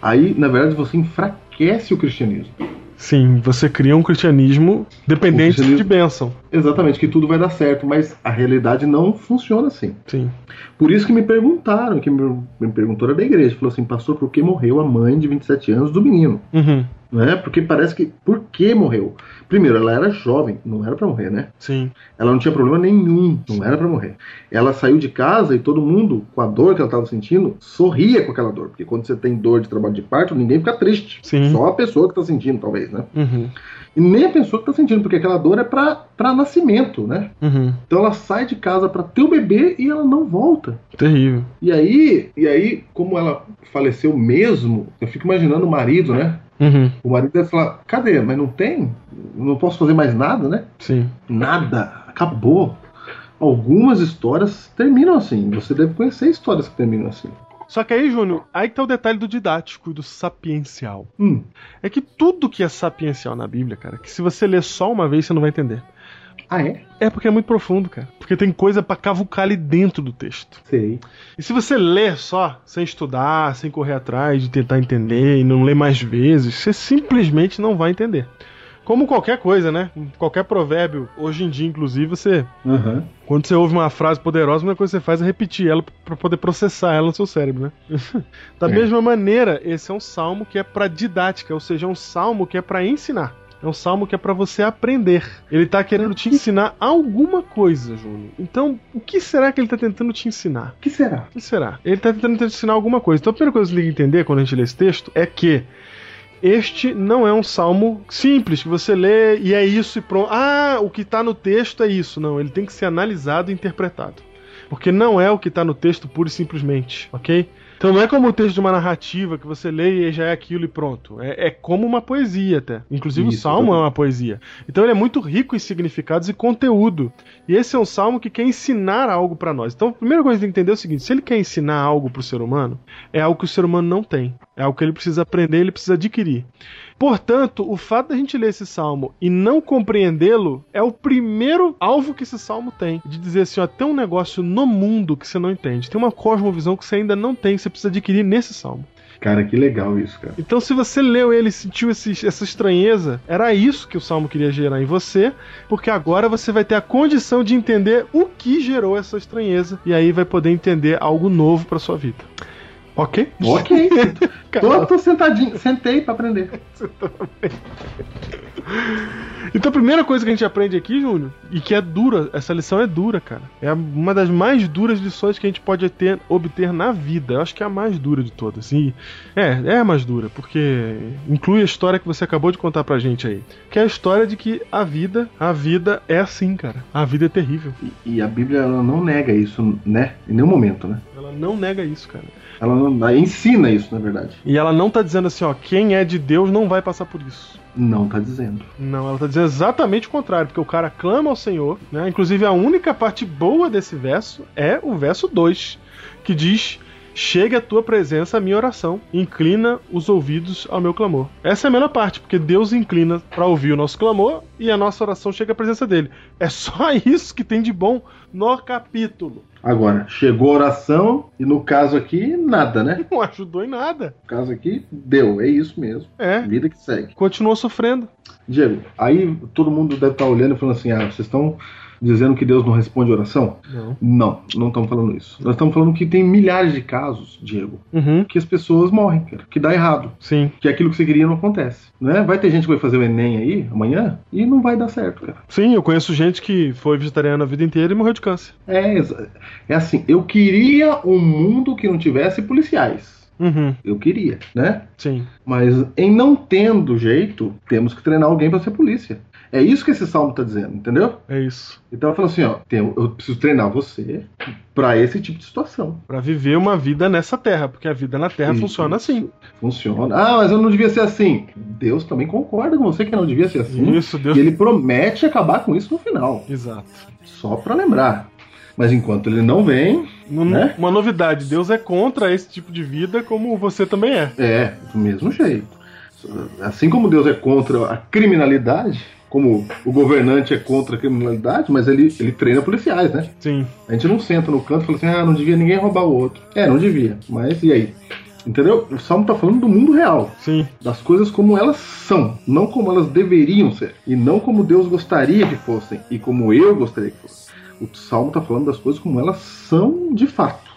S3: aí, na verdade, você enfraquece o cristianismo.
S2: Sim, você cria um cristianismo dependente
S3: Um cristianismo-
S2: de bênção.
S3: Exatamente, que tudo vai dar certo, mas a realidade não funciona assim.
S2: Sim.
S3: Por isso que me perguntaram, que me, me perguntou era da igreja, falou assim, pastor, por que morreu a mãe de 27 anos do menino?
S2: Uhum.
S3: Né? Porque parece que. Por que morreu? Primeiro, ela era jovem, não era pra morrer, né?
S2: Sim.
S3: Ela não tinha problema nenhum, não era pra morrer. Ela saiu de casa e todo mundo, com a dor que ela tava sentindo, sorria com aquela dor. Porque quando você tem dor de trabalho de parto, ninguém fica triste.
S2: Sim.
S3: Só a pessoa que tá sentindo, talvez, né?
S2: Uhum.
S3: E nem a pessoa que tá sentindo, porque aquela dor é pra, pra nascimento, né?
S2: Uhum.
S3: Então ela sai de casa pra ter o bebê e ela não volta.
S2: Terrível.
S3: E aí, e aí, como ela faleceu mesmo, eu fico imaginando o marido, né?
S2: Uhum.
S3: O marido deve falar, cadê? Mas não tem? Não posso fazer mais nada, né?
S2: Sim.
S3: Nada. Acabou. Algumas histórias terminam assim. Você deve conhecer histórias que terminam assim.
S2: Só que aí, Júnior, aí que tá o detalhe do didático e do sapiencial.
S3: Hum,
S2: É que tudo que é sapiencial na Bíblia, cara, que se você ler só uma vez, você não vai entender.
S3: Ah, é?
S2: É porque é muito profundo, cara. Porque tem coisa pra cavucar ali dentro do texto.
S3: Sei.
S2: E se você lê só, sem estudar, sem correr atrás de tentar entender e não ler mais vezes, você simplesmente não vai entender. Como qualquer coisa, né? Qualquer provérbio, hoje em dia, inclusive, você.
S3: Aham.
S2: Quando você ouve uma frase poderosa, a primeira coisa que você faz é repetir ela pra poder processar ela no seu cérebro, né? da
S3: É.
S2: mesma maneira, esse é um salmo que é pra didática, ou seja, é um salmo que é pra ensinar. É um salmo que é pra você aprender. Ele tá querendo te ensinar alguma coisa, Júnior. Então, o que será que ele tá tentando te ensinar?
S3: O que será?
S2: O que será? Ele está tentando te ensinar alguma coisa. Então a primeira coisa que você tem que entender quando a gente lê esse texto é que este não é um salmo simples que você lê e é isso e pronto. Ah, o que está no texto é isso. Não, ele tem que ser analisado e interpretado. Porque não é o que está no texto pura e simplesmente, ok? Então não é como o texto de uma narrativa que você lê e já é aquilo e pronto. É, é como uma poesia até. Inclusive o
S3: Isso,
S2: salmo é
S3: exatamente.
S2: uma poesia. Então ele é muito rico em significados e conteúdo. E esse é um salmo que quer ensinar algo pra nós. Então, a primeira coisa que tem que entender é o seguinte: se ele quer ensinar algo pro ser humano, é algo que o ser humano não tem. É algo que ele precisa aprender, ele precisa adquirir. Portanto, o fato da gente ler esse salmo e não compreendê-lo é o primeiro alvo que esse salmo tem. De dizer assim, ó, tem um negócio no mundo que você não entende. Tem uma cosmovisão que você ainda não tem, que você precisa adquirir nesse salmo.
S3: Cara, que legal isso, cara.
S2: Então, se você leu ele e sentiu esse- essa estranheza, era isso que o Salmo queria gerar em você, porque agora você vai ter a condição de entender o que gerou essa estranheza, e aí vai poder entender algo novo para sua vida. Ok?
S3: Ok. tô,
S2: Cara,
S3: tô sentadinho, sentei pra aprender.
S2: Então a primeira coisa que a gente aprende aqui, Júnior, e que é dura, essa lição é dura, cara. É uma das mais duras lições que a gente pode ter, obter na vida. Eu acho que é a mais dura de todas. Assim, é, é a mais dura, porque inclui a história que você acabou de contar pra gente aí. Que é a história de que a vida, a vida é assim, cara. A vida é terrível.
S3: E, e a Bíblia ela não nega isso, né? Em nenhum momento, né?
S2: Ela não nega isso, cara.
S3: Ela, não, ela ensina isso, na verdade.
S2: E ela não tá dizendo assim, ó, quem é de Deus não vai passar por isso.
S3: Não tá dizendo.
S2: Não, ela tá dizendo exatamente o contrário, porque o cara clama ao Senhor, né? Inclusive a única parte boa desse verso é o verso 2, que diz: Chega a tua presença a minha oração, inclina os ouvidos ao meu clamor. Essa é a melhor parte, porque Deus inclina para ouvir o nosso clamor e a nossa oração chega à presença dele. É só isso que tem de bom no capítulo.
S3: Agora, chegou a oração e no caso aqui, nada, né?
S2: Não ajudou em nada.
S3: No caso aqui, deu. É isso mesmo.
S2: É,
S3: Vida que segue.
S2: continuou sofrendo.
S3: Diego, aí todo mundo deve estar olhando e falando assim: ah, vocês estão dizendo que Deus não responde oração?
S2: Não.
S3: Não, não estamos falando isso. Nós estamos falando que tem milhares de casos, Diego,
S2: Uhum.
S3: que as pessoas morrem, cara, que dá errado.
S2: Sim.
S3: Que aquilo que você queria não acontece. Né? Vai ter gente que vai fazer o Enem aí amanhã e não vai dar certo, cara.
S2: Sim, eu conheço gente que foi vegetariana a vida inteira e morreu de câncer.
S3: É, exa- é assim, eu queria um mundo que não tivesse policiais.
S2: Uhum.
S3: Eu queria, né?
S2: Sim.
S3: Mas em não tendo jeito, temos que treinar alguém para ser polícia. É isso que esse salmo tá dizendo, entendeu?
S2: É isso.
S3: Então ela falou assim, ó, tem- eu preciso treinar você para esse tipo de situação.
S2: Pra viver uma vida nessa terra, porque a vida na terra
S3: Isso.
S2: funciona assim.
S3: Funciona. Ah, mas eu não devia ser assim. Deus também concorda com você que não devia ser assim.
S2: Isso, Deus.
S3: E ele promete acabar com isso no final,
S2: Exato.
S3: só para lembrar. Mas enquanto ele não vem,
S2: No-
S3: Né?
S2: Uma novidade, Deus é contra esse tipo de vida, como você também é.
S3: é do mesmo jeito. Assim como Deus é contra a criminalidade, como o governante é contra a criminalidade, mas ele, ele treina policiais, né?
S2: Sim.
S3: A gente não senta no canto e fala assim, ah, não devia ninguém roubar o outro. É, não devia, mas e aí? Entendeu? O Salmo tá falando do mundo real,
S2: Sim.
S3: das coisas como elas são, não como elas deveriam ser, e não como Deus gostaria que fossem, e como eu gostaria que fossem. O Salmo tá falando das coisas como elas são de fato.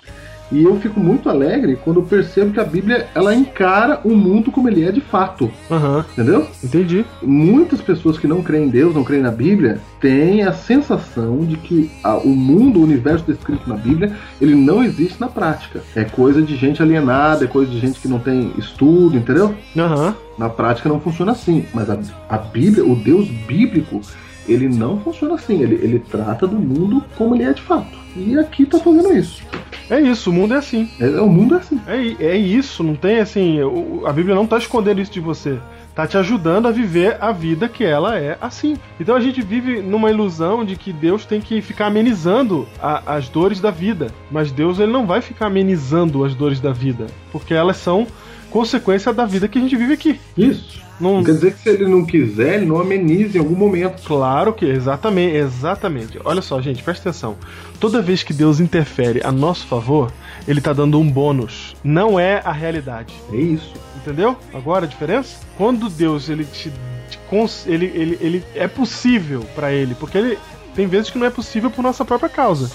S3: E eu fico muito alegre quando eu percebo que a Bíblia ela encara o mundo como ele é de fato,
S2: Aham.
S3: entendeu?
S2: Entendi.
S3: muitas pessoas que não creem em Deus, não creem na Bíblia, têm a sensação de que a- o mundo, o universo descrito na Bíblia, ele não existe na prática. É coisa de gente alienada, é coisa de gente que não tem estudo, entendeu?
S2: Aham.
S3: Na prática não funciona assim. Mas a, a Bíblia, o Deus bíblico, ele não funciona assim. Ele, ele trata do mundo como ele é de fato. E aqui tá fazendo isso.
S2: É isso, o mundo é assim.
S3: É, é o mundo é assim.
S2: É, i- é isso, não tem assim. o- a Bíblia não tá escondendo isso de você. Tá te ajudando a viver a vida que ela é assim. Então a gente vive numa ilusão de que Deus tem que ficar amenizando a- as dores da vida. Mas Deus ele não vai ficar amenizando as dores da vida. Porque elas são consequência da vida que a gente vive aqui.
S3: Isso.
S2: Não,
S3: Não quer dizer que se ele não quiser, ele não ameniza em algum momento.
S2: Claro que, exatamente, exatamente. Olha só, gente, presta atenção. Toda vez que Deus interfere a nosso favor, ele tá dando um bônus. Não é a realidade.
S3: É isso.
S2: Entendeu? Agora a diferença? Quando Deus ele te, te cons- ele, ele, ele é possível pra ele, porque ele tem vezes que não é possível por nossa própria causa.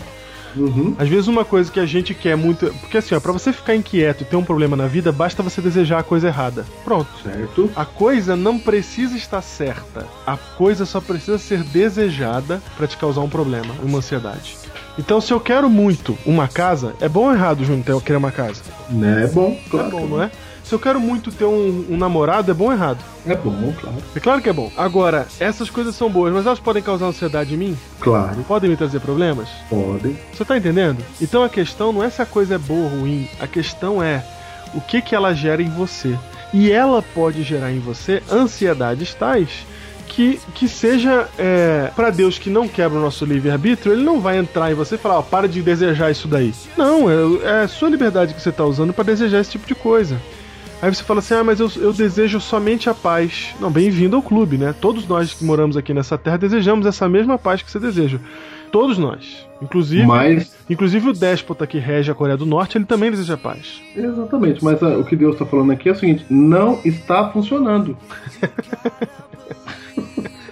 S3: Uhum.
S2: Às vezes uma coisa que a gente quer muito, porque assim, ó, para você ficar inquieto e ter um problema na vida, basta você desejar a coisa errada. Pronto.
S3: Certo?
S2: A coisa não precisa estar certa. A coisa só precisa ser desejada pra te causar um problema, uma ansiedade. Então, se eu quero muito uma casa, é bom ou errado, Júnior, ter- querer uma casa?
S3: Né, É bom,
S2: É
S3: claro.
S2: bom, não é? Se eu quero muito ter um, um namorado, é bom ou errado?
S3: É bom, claro.
S2: É claro que é bom. Agora, essas coisas são boas, mas elas podem causar ansiedade em mim?
S3: Claro,
S2: Podem me trazer problemas?
S3: pode.
S2: Você tá entendendo? Então a questão não é se a coisa é boa ou ruim, a questão é o que que ela gera em você. E ela pode gerar em você ansiedades tais que, que seja é, para Deus que não quebra o nosso livre-arbítrio, ele não vai entrar em você e falar, ó, para de desejar isso daí. Não, é, é a sua liberdade que você tá usando para desejar esse tipo de coisa. Aí você fala assim: ah, mas eu, eu desejo somente a paz. Não, bem-vindo ao clube, né? Todos nós que moramos aqui nessa terra desejamos essa mesma paz que você deseja. Todos nós. Inclusive,
S3: Mas,
S2: inclusive o déspota que rege a Coreia do Norte, ele também deseja paz.
S3: exatamente, mas ah, o que Deus está falando aqui é o seguinte: não está funcionando.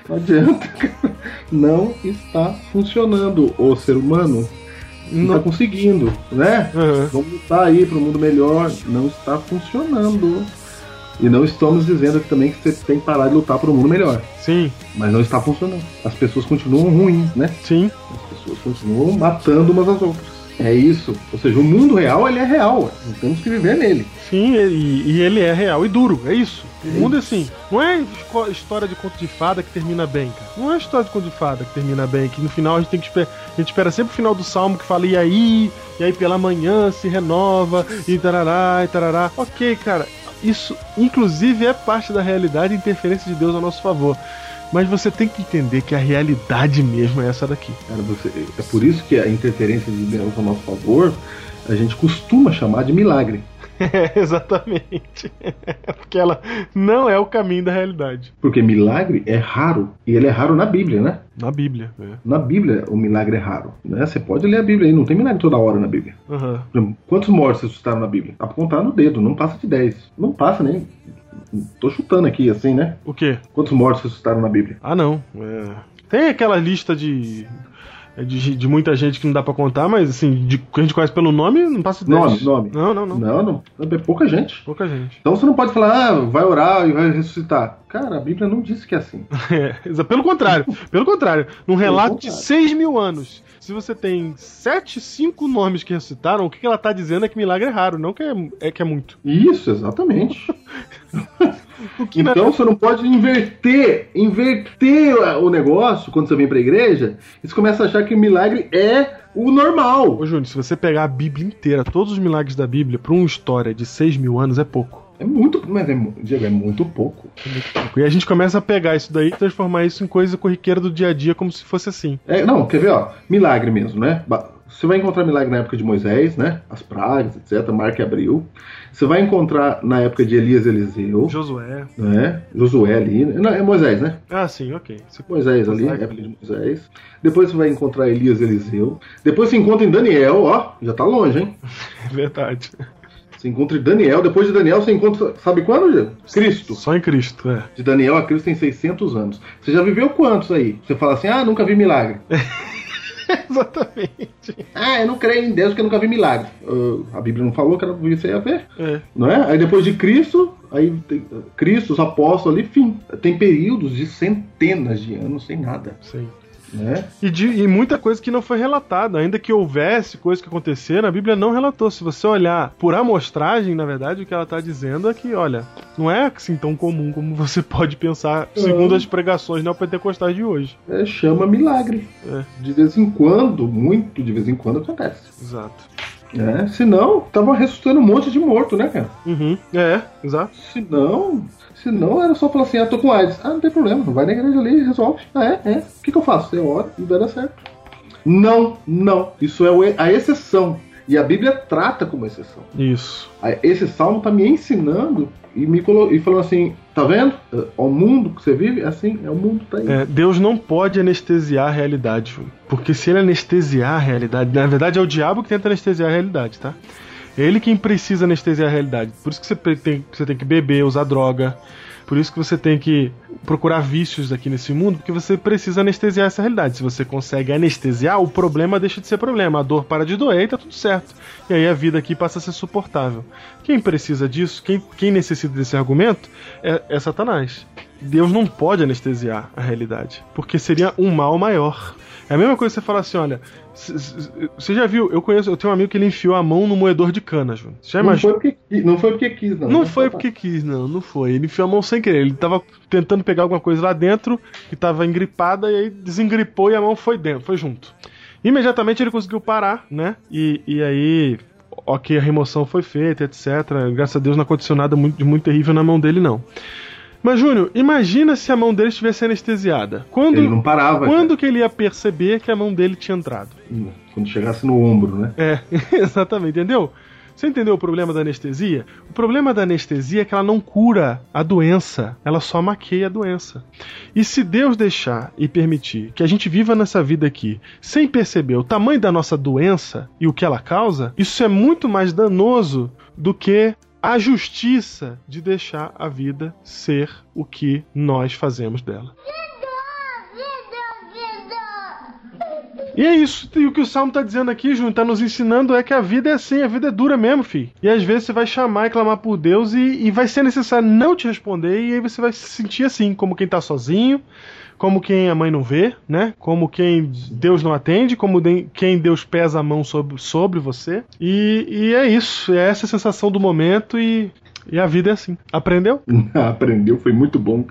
S3: não adianta, cara. Não está funcionando, o ser humano. não, está conseguindo, né?
S2: Uhum.
S3: Vamos lutar aí para um mundo melhor. Não está funcionando. E não estamos dizendo que também que você tem que parar de lutar para um mundo melhor.
S2: Sim,
S3: Mas não está funcionando. As pessoas continuam ruins, né?
S2: sim.
S3: As pessoas continuam matando umas às outras. É isso. Ou seja, o mundo real ele é real. ué. Não temos que viver nele.
S2: Sim, e, e ele é real e duro, é isso. O mundo é assim. Não é esco- história de conto de fada que termina bem, cara. Não é história de conto de fada que termina bem, que no final a gente tem que esperar. A gente espera sempre o final do salmo que fala, e aí, e aí pela manhã se renova, e tarará, e tarará. Ok, cara, isso inclusive é parte da realidade e interferência de Deus a nosso favor. Mas você tem que entender que a realidade mesmo é essa daqui.
S3: Cara, você- é por isso que a interferência de Deus a nosso favor a gente costuma chamar de milagre.
S2: É, exatamente. Porque ela não é o caminho da realidade.
S3: Porque milagre é raro. E ele é raro na Bíblia, né?
S2: Na Bíblia, é.
S3: Na Bíblia o milagre é raro. Né? Você pode ler a Bíblia aí, não tem milagre toda hora na Bíblia.
S2: Aham.
S3: Por exemplo, Quantos mortos ressuscitaram na Bíblia? Dá pra contar no dedo, não passa de 10. Não passa nem. Tô chutando aqui assim, né?
S2: O quê?
S3: Quantos mortos ressuscitaram na Bíblia?
S2: Ah, não. É. Tem aquela lista de, de. de muita gente que não dá pra contar, mas assim, de, que a gente conhece pelo nome, não passa de
S3: Nome,
S2: 10.
S3: nome.
S2: Não, não, não.
S3: Não, não. É pouca gente.
S2: Pouca gente.
S3: Então você não pode falar, ah, vai orar e vai ressuscitar. Cara, a Bíblia não disse que é assim.
S2: É, exa- pelo contrário, pelo contrário. Num relato de
S3: contrário.
S2: 6 mil anos, se você tem 7, 5 nomes que ressuscitaram, o que que ela tá dizendo é que milagre é raro, não que é, é que é muito.
S3: Isso, exatamente.
S2: O que não é-
S3: Então você não pode inverter, inverter o negócio quando você vem pra igreja. E você começa a achar que o milagre é o normal.
S2: Ô Júnior, se você pegar a Bíblia inteira, todos os milagres da Bíblia, pra uma história de 6 mil anos, é pouco.
S3: É muito, mas é, mu- Diego, é muito pouco.
S2: E a gente começa a pegar isso daí e transformar isso em coisa corriqueira do dia a dia, como se fosse assim.
S3: É, não, quer ver, ó, milagre mesmo, né? Ba- Você vai encontrar milagre na época de Moisés, né? As pragas, etc. Marca e Abril. Você vai encontrar na época de Elias e Eliseu,
S2: Josué.
S3: né? Josué ali, né? Não, é Moisés, né?
S2: Ah, sim, ok. Você-
S3: Moisés é, ali,
S2: Moisés.
S3: época de Moisés. Depois você vai encontrar Elias e Eliseu. Depois você encontra em Daniel, ó, já tá longe, hein?
S2: É verdade.
S3: Você encontra em Daniel, depois de Daniel você encontra, sabe quando? Diego? Cristo.
S2: Só em Cristo, é.
S3: De Daniel a Cristo tem 600 anos. Você já viveu quantos aí? Você fala assim, ah, nunca vi milagre.
S2: Exatamente.
S3: Ah, eu não creio em Deus porque eu nunca vi milagre. Ah, a Bíblia não falou que era você ia ver,
S2: É.
S3: não é? Aí depois de Cristo, aí tem, Cristo, os apóstolos ali, fim. Tem períodos de centenas de anos sem nada,
S2: Sim.
S3: né?
S2: E, de- e muita coisa que não foi relatada. Ainda que houvesse coisa que aconteceram, a Bíblia não relatou. Se você olhar por amostragem, na verdade, o que ela tá dizendo é que, olha, não é assim tão comum como você pode pensar, segundo as pregações neopentecostais de hoje.
S3: É, chama milagre.
S2: É.
S3: De vez em quando, muito de vez em quando acontece.
S2: Exato.
S3: Né? Senão, tava ressuscitando um monte de morto, né, cara?
S2: Uhum. É, exato.
S3: Senão, senão era só falar assim, ah, tô com AIDS. Ah, não tem problema, vai na igreja ali e resolve. Ah, é, é. O que, que eu faço? Eu oro e vai dar certo. Não, não. Isso é o e- a exceção. E a Bíblia trata como exceção.
S2: Isso.
S3: Ah, Esse salmo tá me ensinando e me colo- e falando assim, tá vendo? É, O mundo que você vive, é assim, é o mundo tá aí.
S2: É, Deus não pode anestesiar a realidade, Júlio. porque se ele anestesiar a realidade, na verdade é o diabo que tenta anestesiar a realidade, tá? É ele quem precisa anestesiar a realidade. Por isso que você pre- tem, você tem que beber, usar droga. Por isso que você tem que procurar vícios aqui nesse mundo, porque você precisa anestesiar essa realidade. Se você consegue anestesiar, o problema deixa de ser problema, a dor para de doer e tá tudo certo. E aí a vida aqui passa a ser suportável. Quem precisa disso, quem, quem necessita desse argumento, é, é Satanás. Deus não pode anestesiar a realidade, porque seria um mal maior. É a mesma coisa que você falar assim, olha, s- s- você já viu, eu conheço, eu tenho um amigo que ele enfiou a mão no moedor de cana, Júnior. Você já
S3: não,
S2: imaginou?
S3: foi porque, qui- não foi porque quis, não.
S2: Não
S3: né?
S2: foi porque quis, não, não foi. Ele enfiou a mão sem querer. Ele tava tentando pegar alguma coisa lá dentro, que tava engripada, e aí desengripou e a mão foi dentro, foi junto. Imediatamente ele conseguiu parar, né? E, e aí, ok, a remoção foi feita, etc. Graças a Deus não aconteceu nada muito- de muito terrível na mão dele, não. Mas, Júnior, imagina se a mão dele estivesse anestesiada. Quando,
S3: Ele não parava.
S2: quando que ele ia perceber que a mão dele tinha entrado?
S3: cara. Quando chegasse no ombro, né?
S2: É, exatamente, entendeu? Você entendeu o problema da anestesia? O problema da anestesia é que ela não cura a doença, ela só maqueia a doença. E se Deus deixar e permitir que a gente viva nessa vida aqui sem perceber o tamanho da nossa doença e o que ela causa, isso é muito mais danoso do que a justiça de deixar a vida ser o que nós fazemos dela.
S5: vida, vida.
S2: E é isso. E o que o Salmo tá dizendo aqui, Júnior, tá nos ensinando é que a vida é assim, a vida é dura mesmo, filho. E às vezes você vai chamar e clamar por Deus e, e vai ser necessário não te responder, e aí você vai se sentir assim, como quem tá sozinho, como quem a mãe não vê, né? Como quem Deus não atende, como de- quem Deus pesa a mão sobre, sobre você. E, e é isso, é essa a sensação do momento e, e a vida é assim. Aprendeu?
S3: Aprendeu, foi muito bom.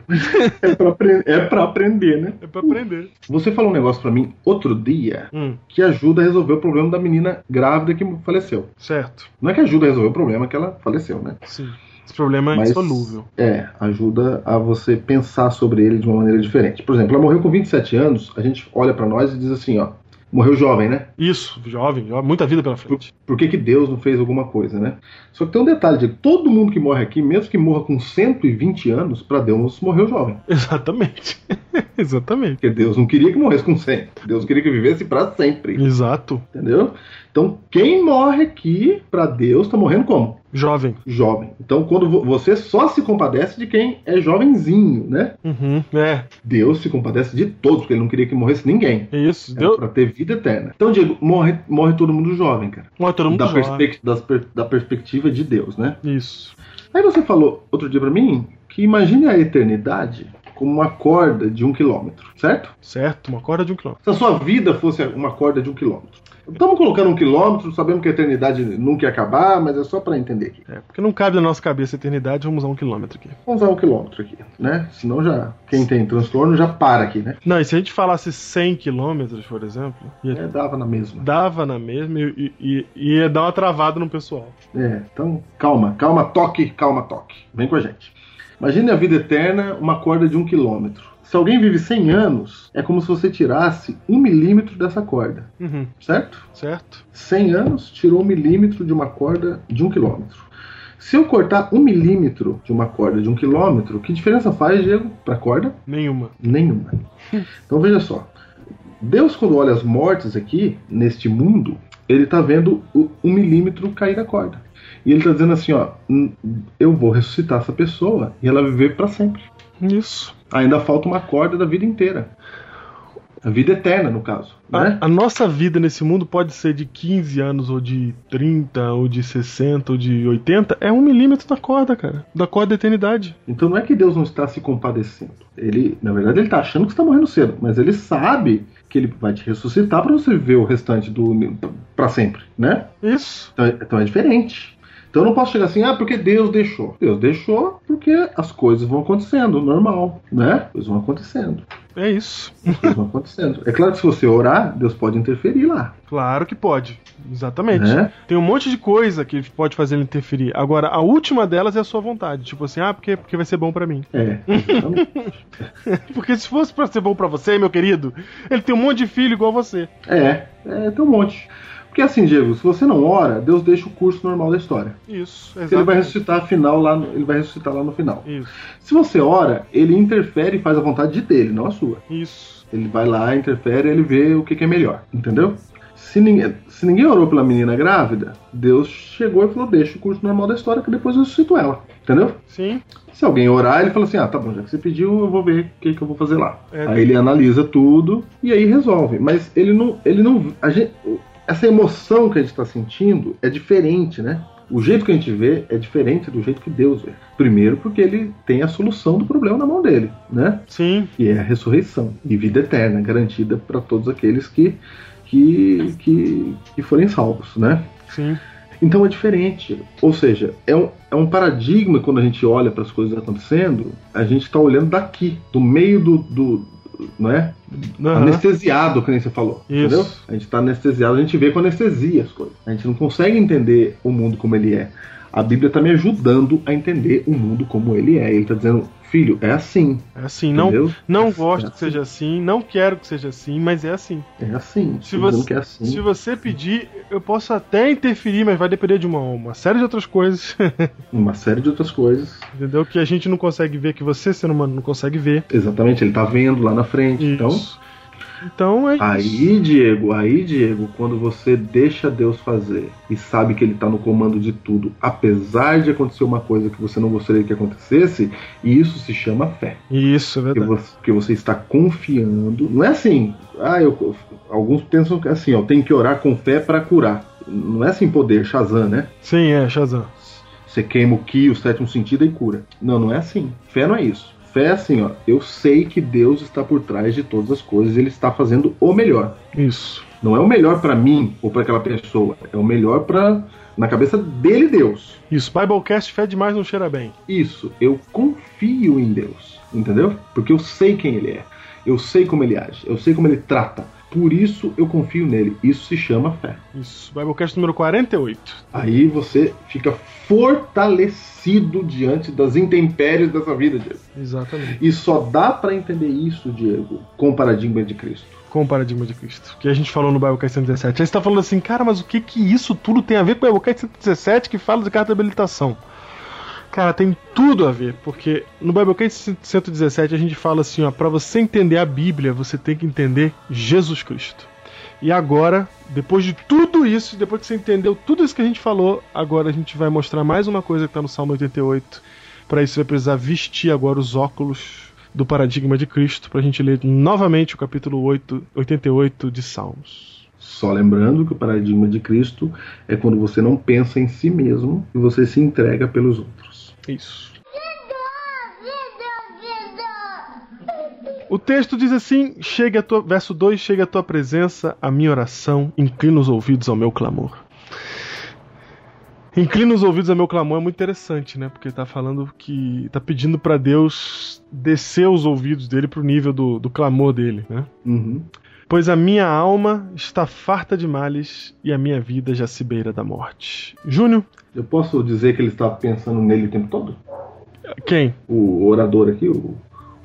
S3: É pra, apre- é pra aprender, né?
S2: É pra aprender.
S3: Você falou um negócio pra mim outro dia
S2: Hum,
S3: que ajuda a resolver o problema da menina grávida que faleceu.
S2: certo.
S3: Não é que ajuda a resolver o problema que ela faleceu, né?
S2: Sim. Esse problema é
S3: Mas-
S2: insolúvel.
S3: É, ajuda a você pensar sobre ele de uma maneira diferente. Por exemplo, ela morreu com 27 anos, a gente olha pra nós e diz assim, ó, morreu jovem, né?
S2: Isso, jovem, jovem, muita vida pela
S3: Por,
S2: frente.
S3: por que, que Deus não fez alguma coisa, né? Só que tem um detalhe, Diego, todo mundo que morre aqui, mesmo que morra com 120 anos, pra Deus morreu jovem.
S2: Exatamente. Exatamente.
S3: Porque Deus não queria que morresse com 100. Deus queria que vivesse pra sempre,
S2: Exato.
S3: entendeu? Então, quem morre aqui, pra Deus, tá morrendo como?
S2: Jovem.
S3: Jovem. Então, quando vo- você só se compadece de quem é jovenzinho, né?
S2: Uhum. É,
S3: Deus se compadece de todos, porque ele não queria que morresse ninguém.
S2: é isso.
S3: Era
S2: Deu.
S3: pra ter vida eterna. Então, Diego, morre, morre todo mundo jovem, cara.
S2: Ó, todo mundo
S3: Da,
S2: um jovem.
S3: perspe- das per- da perspectiva de Deus, né?
S2: Isso.
S3: Aí você falou outro dia pra mim que imagine a eternidade como uma corda de um quilômetro, certo?
S2: Certo, uma corda de um quilômetro.
S3: Se a sua vida fosse uma corda de um quilômetro. Estamos colocando um quilômetro, sabemos que a eternidade nunca ia acabar, mas é só pra entender aqui.
S2: É, porque não cabe na nossa cabeça a eternidade, vamos usar um quilômetro aqui.
S3: Vamos usar um quilômetro aqui, né? Senão já, quem tem transtorno já para aqui, né?
S2: Não, e se a gente falasse 100 quilômetros, por exemplo, ia-
S3: É, dava na mesma.
S2: dava na mesma e, e- e ia dar uma travada no pessoal.
S3: É, então calma, calma, toque, calma, toque. Vem com a gente. Imagine a vida eterna, uma corda de um quilômetro. Se alguém vive 100 anos, é como se você tirasse um milímetro dessa corda,
S2: Uhum,
S3: certo?
S2: certo?
S3: 100 anos tirou um milímetro de uma corda de um quilômetro. Se eu cortar um milímetro de uma corda de um quilômetro, que diferença faz, Diego, para a corda?
S2: Nenhuma.
S3: Nenhuma. Então veja só. Deus, quando olha as mortes aqui, neste mundo, ele tá vendo o- um milímetro cair da corda. E ele tá dizendo assim, ó, "Hum, eu vou ressuscitar essa pessoa e ela vai viver para sempre.
S2: Isso.
S3: Ainda falta uma corda da vida inteira. A vida eterna, no caso, né?
S2: A, a nossa vida nesse mundo pode ser de 15 anos, ou de 30, ou de 60, ou de 80. É um milímetro da corda, cara. Da corda da eternidade.
S3: Então não é que Deus não está se compadecendo. Ele, na verdade, ele tá achando que você tá morrendo cedo, mas ele sabe que ele vai te ressuscitar para você viver o restante do para sempre, né?
S2: Isso.
S3: Então, é- então é diferente. Então eu não posso chegar assim, ah, porque Deus deixou. Deus deixou porque as coisas vão acontecendo, normal, né? As coisas vão acontecendo,
S2: É isso.
S3: as coisas vão acontecendo. É claro que se você orar, Deus pode interferir lá,
S2: Claro que pode. Exatamente.
S3: né?
S2: Tem um monte de coisa que pode fazer ele interferir. Agora, a última delas é a sua vontade. Tipo assim, ah, porque, porque vai ser bom pra mim.
S3: É. exatamente.
S2: Porque se fosse pra ser bom pra você, meu querido, ele tem um monte de filho igual você.
S3: é, é, tem um monte. Porque assim, Diego, se você não ora, Deus deixa o curso normal da história.
S2: Isso,
S3: Ele vai
S2: exato.
S3: ressuscitar final lá, no- ele vai ressuscitar lá no final.
S2: Isso,
S3: Se você ora, ele interfere e faz a vontade de dele, não a sua.
S2: isso.
S3: Ele vai lá, interfere, ele vê o que, que é melhor, entendeu? Se ninguém, se ninguém orou pela menina grávida, Deus chegou e falou: deixa o curso normal da história que depois eu ressuscito ela, entendeu?
S2: Sim,
S3: Se alguém orar, ele fala assim: ah, tá bom, já que você pediu, eu vou ver o que, que eu vou fazer lá.
S2: É.
S3: Aí ele analisa tudo e aí resolve. Mas ele não. Ele não a gente, essa emoção que a gente tá sentindo é diferente, né? O jeito que a gente vê é diferente do jeito que Deus vê. Primeiro, porque ele tem a solução do problema na mão dele, né?
S2: sim.
S3: que é a ressurreição e vida eterna garantida para todos aqueles que, que, que, que forem salvos, né?
S2: Sim,
S3: Então é diferente. Ou seja, é um, é um paradigma quando a gente olha para as coisas acontecendo, a gente está olhando daqui, do meio do. do não é?
S2: Aham.
S3: Anestesiado, que nem você falou.
S2: Isso.
S3: Entendeu? A gente está anestesiado, a gente vê com anestesia as coisas. A gente não consegue entender o mundo como ele é. A Bíblia está me ajudando a entender o mundo como ele é. Ele está dizendo, filho, é assim.
S2: É assim, não,
S3: entendeu?
S2: não gosto que
S3: assim.
S2: seja assim, não quero que seja assim, mas é assim.
S3: É assim.
S2: Se
S3: tô dizendo
S2: você-
S3: que é assim.
S2: Se você pedir, eu posso até interferir, mas vai depender de uma, uma série de outras coisas,
S3: Uma série de outras coisas.
S2: entendeu? Que a gente não consegue ver, que você, ser humano, não consegue ver.
S3: Exatamente, ele tá vendo lá na frente. Então,
S2: Isso. Então é isso.
S3: Aí, Diego, aí, Diego, quando você deixa Deus fazer e sabe que ele tá no comando de tudo, apesar de acontecer uma coisa que você não gostaria que acontecesse, isso se chama fé.
S2: Isso, é
S3: Porque
S2: verdade.
S3: você, porque você está confiando. Não é assim. Ah, eu, alguns pensam que é assim, ó, tem que orar com fé para curar. Não é assim poder, Shazam, né?
S2: Sim, é, Shazam.
S3: Você queima o Ki, o sétimo sentido e cura. Não, não é assim. Fé não é isso. Fé é assim, ó. Eu sei que Deus está por trás de todas as coisas e Ele está fazendo o melhor.
S2: Isso.
S3: Não é o melhor pra mim ou pra aquela pessoa. É o melhor pra na cabeça dele, Deus.
S2: Isso. Biblecast fé demais não cheira bem.
S3: Isso, eu confio em Deus, entendeu? Porque eu sei quem ele é. Eu sei como ele age, eu sei como ele trata. Por isso eu confio nele. Isso se chama fé.
S2: Isso. Biblecast número 48.
S3: Aí você fica fortalecido diante das intempéries dessa vida, Diego.
S2: Exatamente.
S3: E só dá pra entender isso, Diego, com o paradigma de Cristo.
S2: Com o paradigma de Cristo. Que a gente falou no Biblecast 117. Aí você tá falando assim, cara, mas o que que isso tudo tem a ver com o Biblecast 117 que fala de carta de habilitação? Cara, tem tudo a ver, porque no Biblecast 117 a gente fala assim, ó, para você entender a Bíblia, você tem que entender Jesus Cristo. E agora, depois de tudo isso, depois que você entendeu tudo isso que a gente falou, agora a gente vai mostrar mais uma coisa que tá no Salmo 88. Para isso você vai precisar vestir agora os óculos do paradigma de Cristo pra gente ler novamente o capítulo 8, 88 de Salmos.
S3: Só lembrando que o paradigma de Cristo é quando você não pensa em si mesmo e você se entrega pelos outros.
S2: Isso.
S5: vida, vida.
S2: O texto diz assim: chega a tua, verso 2, chega a tua presença, a minha oração, inclina os ouvidos ao meu clamor. Inclina os ouvidos ao meu clamor é muito interessante, né? Porque tá falando que tá pedindo pra Deus descer os ouvidos dele pro nível do, do clamor dele, né?
S3: Uhum.
S2: Pois a minha alma está farta de males e a minha vida já se beira da morte. Júnior,
S3: Eu posso dizer que ele estava pensando nele o tempo todo?
S2: quem?
S3: O orador aqui, o,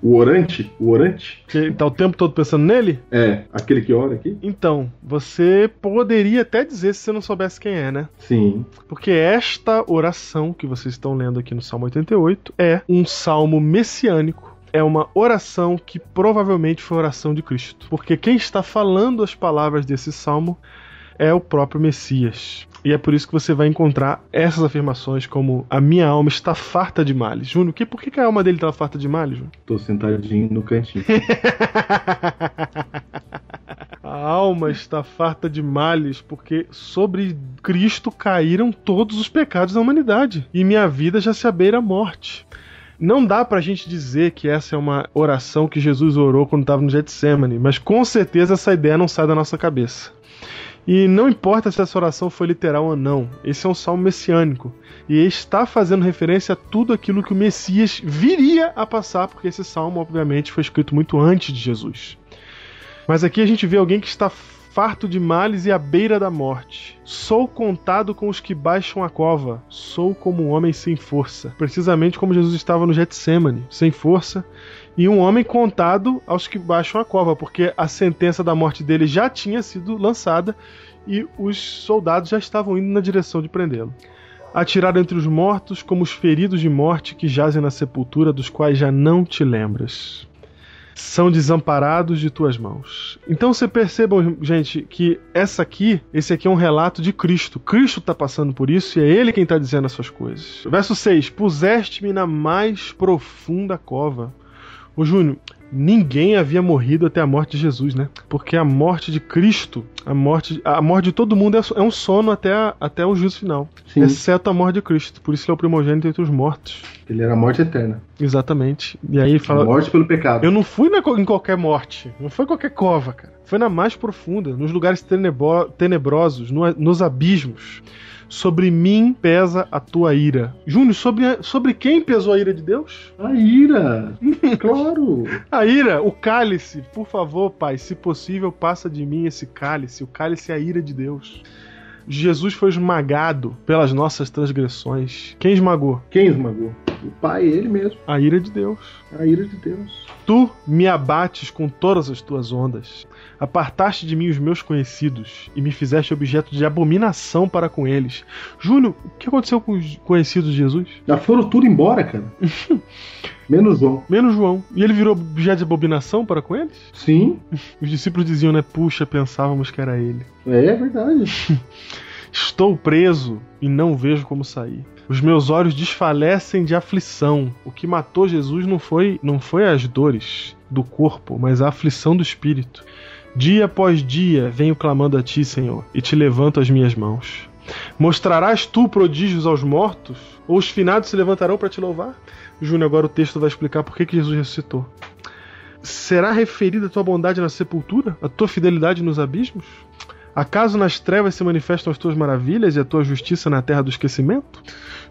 S3: o orante, o orante?
S2: Quem tá o tempo todo pensando nele?
S3: É, aquele que ora aqui?
S2: Então, você poderia até dizer se você não soubesse quem é, né?
S3: Sim.
S2: Porque esta oração que vocês estão lendo aqui no Salmo 88 é um salmo messiânico. É uma oração que provavelmente foi a oração de Cristo. Porque quem está falando as palavras desse salmo é o próprio Messias. E é por isso que você vai encontrar essas afirmações como a minha alma está farta de males. Júnior, que, por que, que a alma dele está farta de males, Júnior?
S3: Tô sentadinho no cantinho.
S2: A alma está farta de males, porque sobre Cristo caíram todos os pecados da humanidade, e minha vida já se abeira à morte. Não dá pra gente dizer que essa é uma oração que Jesus orou quando estava no Getsemane, mas com certeza essa ideia não sai da nossa cabeça. E não importa se essa oração foi literal ou não, esse é um salmo messiânico. E ele está fazendo referência a tudo aquilo que o Messias viria a passar, porque esse salmo, obviamente, foi escrito muito antes de Jesus. Mas aqui a gente vê alguém que está farto de males e à beira da morte. Sou contado com os que baixam a cova. Sou como um homem sem força. Precisamente como Jesus estava no Getsemane, sem força. E um homem contado aos que baixam a cova, porque a sentença da morte dele já tinha sido lançada e os soldados já estavam indo na direção de prendê-lo. Atirar entre os mortos como os feridos de morte que jazem na sepultura, dos quais já não te lembras são desamparados de tuas mãos. Então você percebam, gente, que essa aqui, esse aqui é um relato de Cristo. Cristo está passando por isso e é ele quem está dizendo essas coisas. Verso 6: Puseste-me na mais profunda cova. Ô Júnior, ninguém havia morrido até a morte de Jesus, né? Porque a morte de Cristo, a morte, a morte de todo mundo é- é um sono até, a- até o juízo final,
S3: Sim.
S2: exceto a morte de Cristo. Por isso ele é o primogênito entre os mortos.
S3: Ele era a morte eterna.
S2: Exatamente. E aí ele fala.
S3: Morte pelo pecado.
S2: Eu não fui na co- em qualquer morte. Não foi em qualquer cova, cara. Foi na mais profunda, nos lugares tenebo- tenebrosos, no- nos abismos. Sobre mim pesa a tua ira. Júnior, sobre, a- sobre quem pesou a ira de Deus?
S3: A ira! claro!
S2: A ira, o cálice. Por favor, Pai, se possível, passa de mim esse cálice. O cálice é a ira de Deus. Jesus foi esmagado pelas nossas transgressões. Quem esmagou?
S3: Quem esmagou? O pai, ele mesmo.
S2: A ira de Deus.
S3: A ira de Deus.
S2: Tu me abates com todas as tuas ondas. Apartaste de mim os meus conhecidos e me fizeste objeto de abominação para com eles. Júlio, o que aconteceu com os conhecidos de Jesus?
S3: Já foram tudo embora, cara. Menos um. João.
S2: Menos João. E ele virou objeto de abominação para com eles?
S3: Sim,
S2: Os discípulos diziam, né? Puxa, pensávamos que era ele.
S3: é verdade.
S2: Estou preso e não vejo como sair. Os meus olhos desfalecem de aflição. O que matou Jesus não foi, não foi as dores do corpo, mas a aflição do espírito. Dia após dia venho clamando a ti, Senhor, e te levanto as minhas mãos. Mostrarás tu prodígios aos mortos? Ou os finados se levantarão para te louvar? Júnior, agora o texto vai explicar por que, que Jesus ressuscitou. Será referida a tua bondade na sepultura? A tua fidelidade nos abismos? Acaso nas trevas se manifestam as tuas maravilhas e a tua justiça na terra do esquecimento?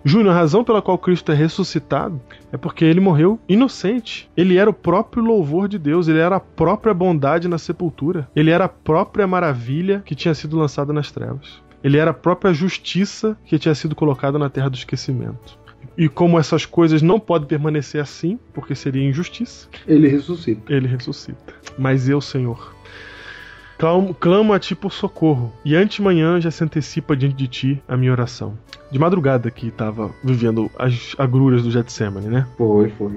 S2: Júnior, a razão pela qual Cristo é ressuscitado é porque ele morreu inocente. Ele era o próprio louvor de Deus, ele era a própria bondade na sepultura, ele era a própria maravilha que tinha sido lançada nas trevas. Ele era a própria justiça que tinha sido colocada na terra do esquecimento. E como essas coisas não podem permanecer assim, porque seria injustiça,
S3: Ele ressuscita.
S2: ele ressuscita. Mas eu, Senhor, clamo, clamo a ti por socorro, e antemanhã já se antecipa diante de ti a minha oração. De madrugada que estava vivendo as agruras do Getsemane, né?
S3: Foi, foi.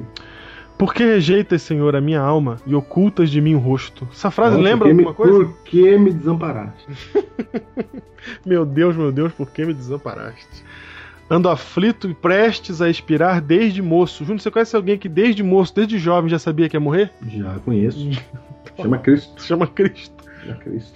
S2: Por que rejeitas, Senhor, a minha alma e ocultas de mim o rosto? Essa frase
S3: Nossa,
S2: lembra
S3: que me-
S2: alguma coisa?
S3: Por que me desamparaste?
S2: Meu Deus, meu Deus, por que me desamparaste? Ando aflito e prestes a expirar desde moço. Júnior, você conhece alguém que desde moço, desde jovem, já sabia que ia morrer?
S3: Já conheço.
S2: Hum.
S3: Chama Cristo.
S2: Se chama Cristo.
S3: Já Cristo.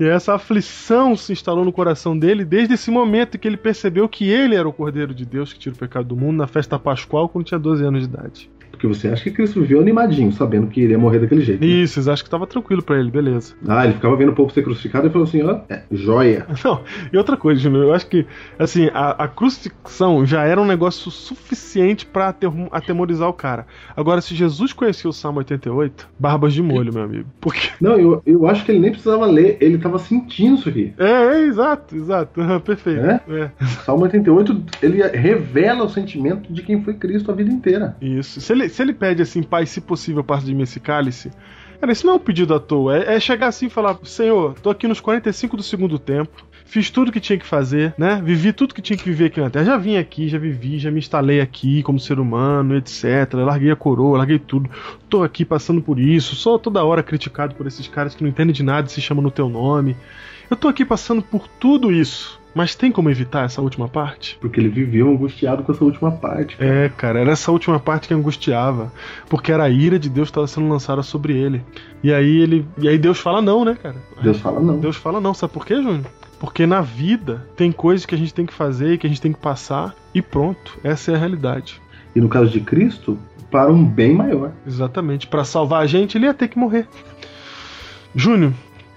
S2: E essa aflição se instalou no coração dele desde esse momento que ele percebeu que ele era o Cordeiro de Deus que tira o pecado do mundo na festa pascual quando tinha 12 anos de idade.
S3: Porque você acha que Cristo viveu animadinho, sabendo que iria morrer daquele jeito. né?
S2: Isso, vocês acham que estava tranquilo pra ele, beleza.
S3: Ah, ele ficava vendo o povo ser crucificado e falou assim, ó, é, joia.
S2: Não, e outra coisa, Júnior, eu acho que, assim, a, a crucifixão já era um negócio suficiente pra aterru- atemorizar o cara. Agora, se Jesus conhecia o Salmo 88, barbas de molho, meu amigo. Porque.
S3: Não, eu, eu acho que ele nem precisava ler, ele tava sentindo isso aqui.
S2: É, é, exato, exato, perfeito.
S3: É?
S2: é.
S3: Salmo 88, ele revela o sentimento de quem foi Cristo a vida inteira.
S2: Isso. Se ele, se ele pede assim, pai, se possível, passa de mim esse cálice. Cara, isso não é um pedido à toa. É, é chegar assim e falar: Senhor, tô aqui nos 45 do segundo tempo. Fiz tudo que tinha que fazer, né? Vivi tudo que tinha que viver aqui na Terra. Já vim aqui, já vivi, já me instalei aqui como ser humano, etc. Larguei a coroa, larguei tudo. Tô aqui passando por isso. Sou toda hora criticado por esses caras que não entendem de nada e se chamam no teu nome. Eu tô aqui passando por tudo isso. Mas tem como evitar essa última parte?
S3: Porque ele viveu angustiado com essa última parte.
S2: É, cara, era essa última parte que angustiava, porque era a ira de Deus que estava sendo lançada sobre ele. E aí ele, e aí Deus fala não, né, cara?
S3: Deus fala, não.
S2: Deus fala não, sabe por quê, Júnior? Porque na vida tem coisas que a gente tem que fazer, que a gente tem que passar e pronto, essa é a realidade.
S3: E no caso de Cristo, para um bem maior.
S2: Exatamente, Pra salvar a gente ele ia ter que morrer. Júnior,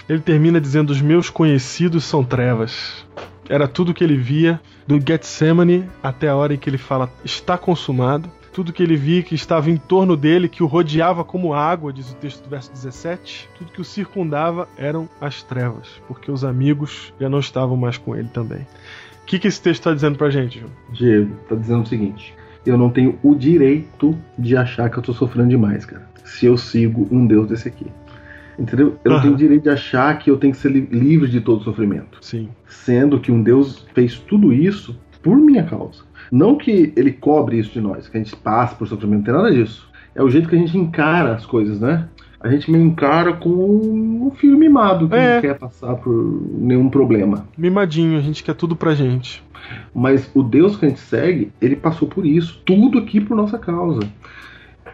S2: ele termina dizendo os meus conhecidos são trevas. Era tudo que ele via do Getsemane até a hora em que ele fala está consumado. Tudo que ele via que estava em torno dele, que o rodeava como água, diz o texto do verso 17. Tudo que o circundava eram as trevas, porque os amigos já não estavam mais com ele também. O que, que esse texto está dizendo pra gente, Júnior?
S3: Diego, tá dizendo o seguinte: eu não tenho o direito de achar que eu tô sofrendo demais, cara. Se eu sigo um Deus desse aqui. Entendeu? Eu não
S2: Aham.
S3: tenho direito de achar que eu tenho que ser li- livre de todo sofrimento.
S2: Sim.
S3: Sendo que um Deus fez tudo isso por minha causa. Não que ele cobre isso de nós, que a gente passa por sofrimento, não tem nada disso. É o jeito que a gente encara as coisas, né? A gente me encara como um filho mimado que
S2: É.
S3: não quer passar por nenhum problema.
S2: Mimadinho, a gente quer tudo pra gente.
S3: Mas o Deus que a gente segue, ele passou por isso, tudo aqui por nossa causa.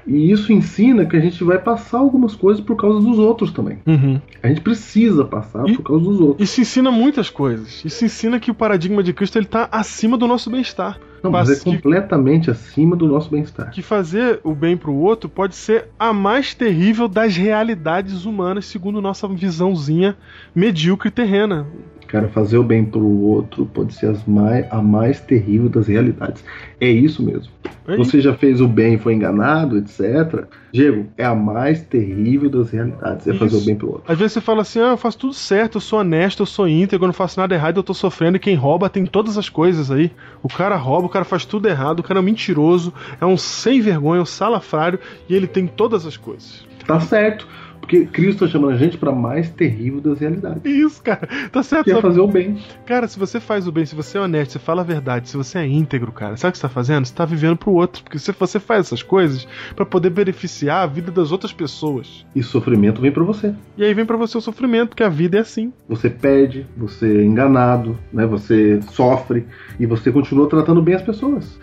S3: E isso ensina que a gente vai passar algumas coisas por causa dos outros também.
S2: Uhum.
S3: A gente precisa passar
S2: E-
S3: por causa dos outros.
S2: Isso ensina muitas coisas. Isso ensina que o paradigma de Cristo ele tá acima do nosso bem-estar.
S3: Não, mas é
S2: Mas que-
S3: completamente acima do nosso bem-estar.
S2: Que fazer o bem pro outro pode ser a mais terrível das realidades humanas, segundo nossa visãozinha medíocre e terrena.
S3: Cara, fazer o bem pro outro pode ser as mai- a mais terrível das realidades. É isso mesmo.
S2: É isso.
S3: Você já fez o bem e foi enganado, etc. Diego, é a mais terrível das realidades. É fazer
S2: Isso.
S3: o bem pro outro.
S2: Às vezes você fala assim: ah, eu faço tudo certo, eu sou honesto, eu sou íntegro, eu não faço nada errado, eu tô sofrendo. E quem rouba tem todas as coisas aí. O cara rouba, o cara faz tudo errado, o cara é um mentiroso, é um sem vergonha, um salafrário, e ele tem todas as coisas.
S3: Tá certo. Porque Cristo está chamando a gente para mais terrível das realidades.
S2: Isso, cara. Tá certo.
S3: Que é
S2: sabe?
S3: fazer o bem.
S2: Cara, se você faz o bem, se você é honesto, você fala a verdade, se você é íntegro, cara, sabe o que você tá fazendo? Você tá vivendo pro outro. Porque se você faz essas coisas pra poder beneficiar a vida das outras pessoas.
S3: E sofrimento vem para você.
S2: E aí vem pra você o sofrimento, porque a vida é assim.
S3: Você perde, você é enganado, né? Você sofre e você continua tratando bem as pessoas.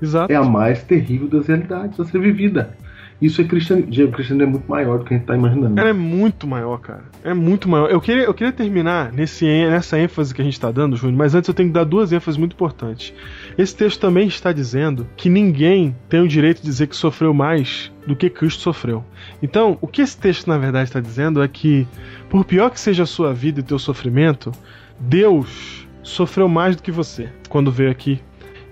S2: Exato.
S3: é a mais terrível das realidades a ser vivida. Isso é cristianismo. Diego, o cristianismo é muito maior do que a gente está imaginando.
S2: Ela é muito maior, cara. É muito maior. Eu queria, eu queria terminar nesse, en- nessa ênfase que a gente tá dando, Júnior, mas antes eu tenho que dar duas ênfases muito importantes. Esse texto também está dizendo que ninguém tem o direito de dizer que sofreu mais do que Cristo sofreu. Então, o que esse texto na verdade está dizendo é que, por pior que seja a sua vida e o teu sofrimento, Deus sofreu mais do que você quando veio aqui.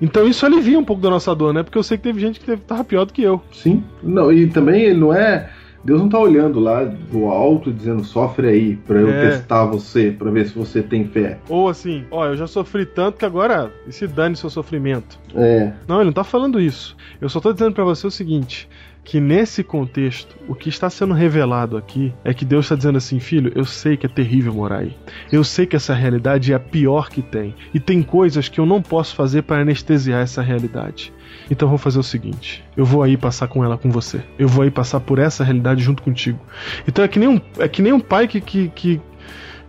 S2: Então isso alivia um pouco da nossa dor, né? Porque eu sei que teve gente que teve, tava pior do que eu.
S3: Sim. Não, e também ele não é. Deus não está olhando lá do alto e dizendo sofre aí para eu
S2: É.
S3: testar você, para ver se você tem fé.
S2: Ou assim, ó, eu já sofri tanto que agora se dane seu sofrimento.
S3: É.
S2: Não, ele não tá falando isso. Eu só tô dizendo pra você o seguinte, que nesse contexto, o que está sendo revelado aqui é que Deus está dizendo assim, filho, eu sei que é terrível morar aí. Eu sei que essa realidade é a pior que tem e tem coisas que eu não posso fazer para anestesiar essa realidade. Então eu vou fazer o seguinte, eu vou aí passar com ela com você. Eu vou aí passar por essa realidade junto contigo. Então é que nem um, é que nem um pai que, que, que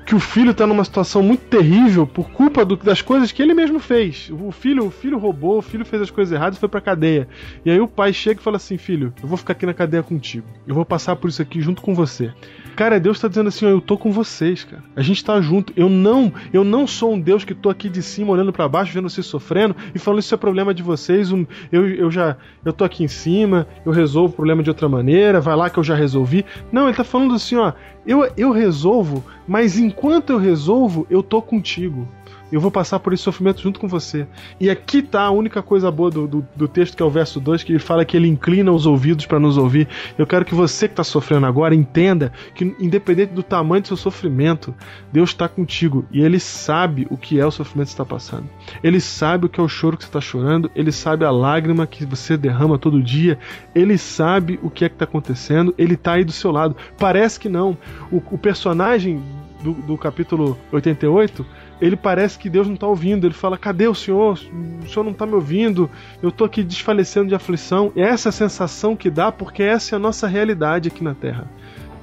S2: que o filho tá numa situação muito terrível por culpa do- das coisas que ele mesmo fez. O filho, o filho roubou, o filho fez as coisas erradas e foi pra cadeia. E aí o pai chega e fala assim: "Filho, eu vou ficar aqui na cadeia contigo. Eu vou passar por isso aqui junto com você." Cara, Deus tá dizendo assim: ó, "Eu tô com vocês, cara. A gente tá junto. Eu não, eu não sou um Deus que tô aqui de cima olhando pra baixo, vendo vocês sofrendo e falando isso é problema de vocês. Um- Eu, eu já eu tô aqui em cima, eu resolvo o problema de outra maneira, vai lá que eu já resolvi." Não, ele tá falando assim, ó, eu, eu resolvo, mas enquanto eu resolvo, eu tô contigo. Eu vou passar por esse sofrimento junto com você. E aqui tá a única coisa boa do, do, do texto, que é o verso 2, que ele fala que ele inclina os ouvidos pra nos ouvir. Eu quero que você que tá sofrendo agora entenda que, independente do tamanho do seu sofrimento, Deus tá contigo. E ele sabe o que é o sofrimento que você tá passando. Ele sabe o que é o choro que você tá chorando. Ele sabe a lágrima que você derrama todo dia. Ele sabe o que é que tá acontecendo. Ele tá aí do seu lado. Parece que não. O, o personagem do, do capítulo 88, ele parece que Deus não tá ouvindo. Ele fala: Cadê o senhor? O senhor não tá me ouvindo. Eu tô aqui desfalecendo de aflição. E essa é a sensação que dá, porque essa é a nossa realidade aqui na Terra.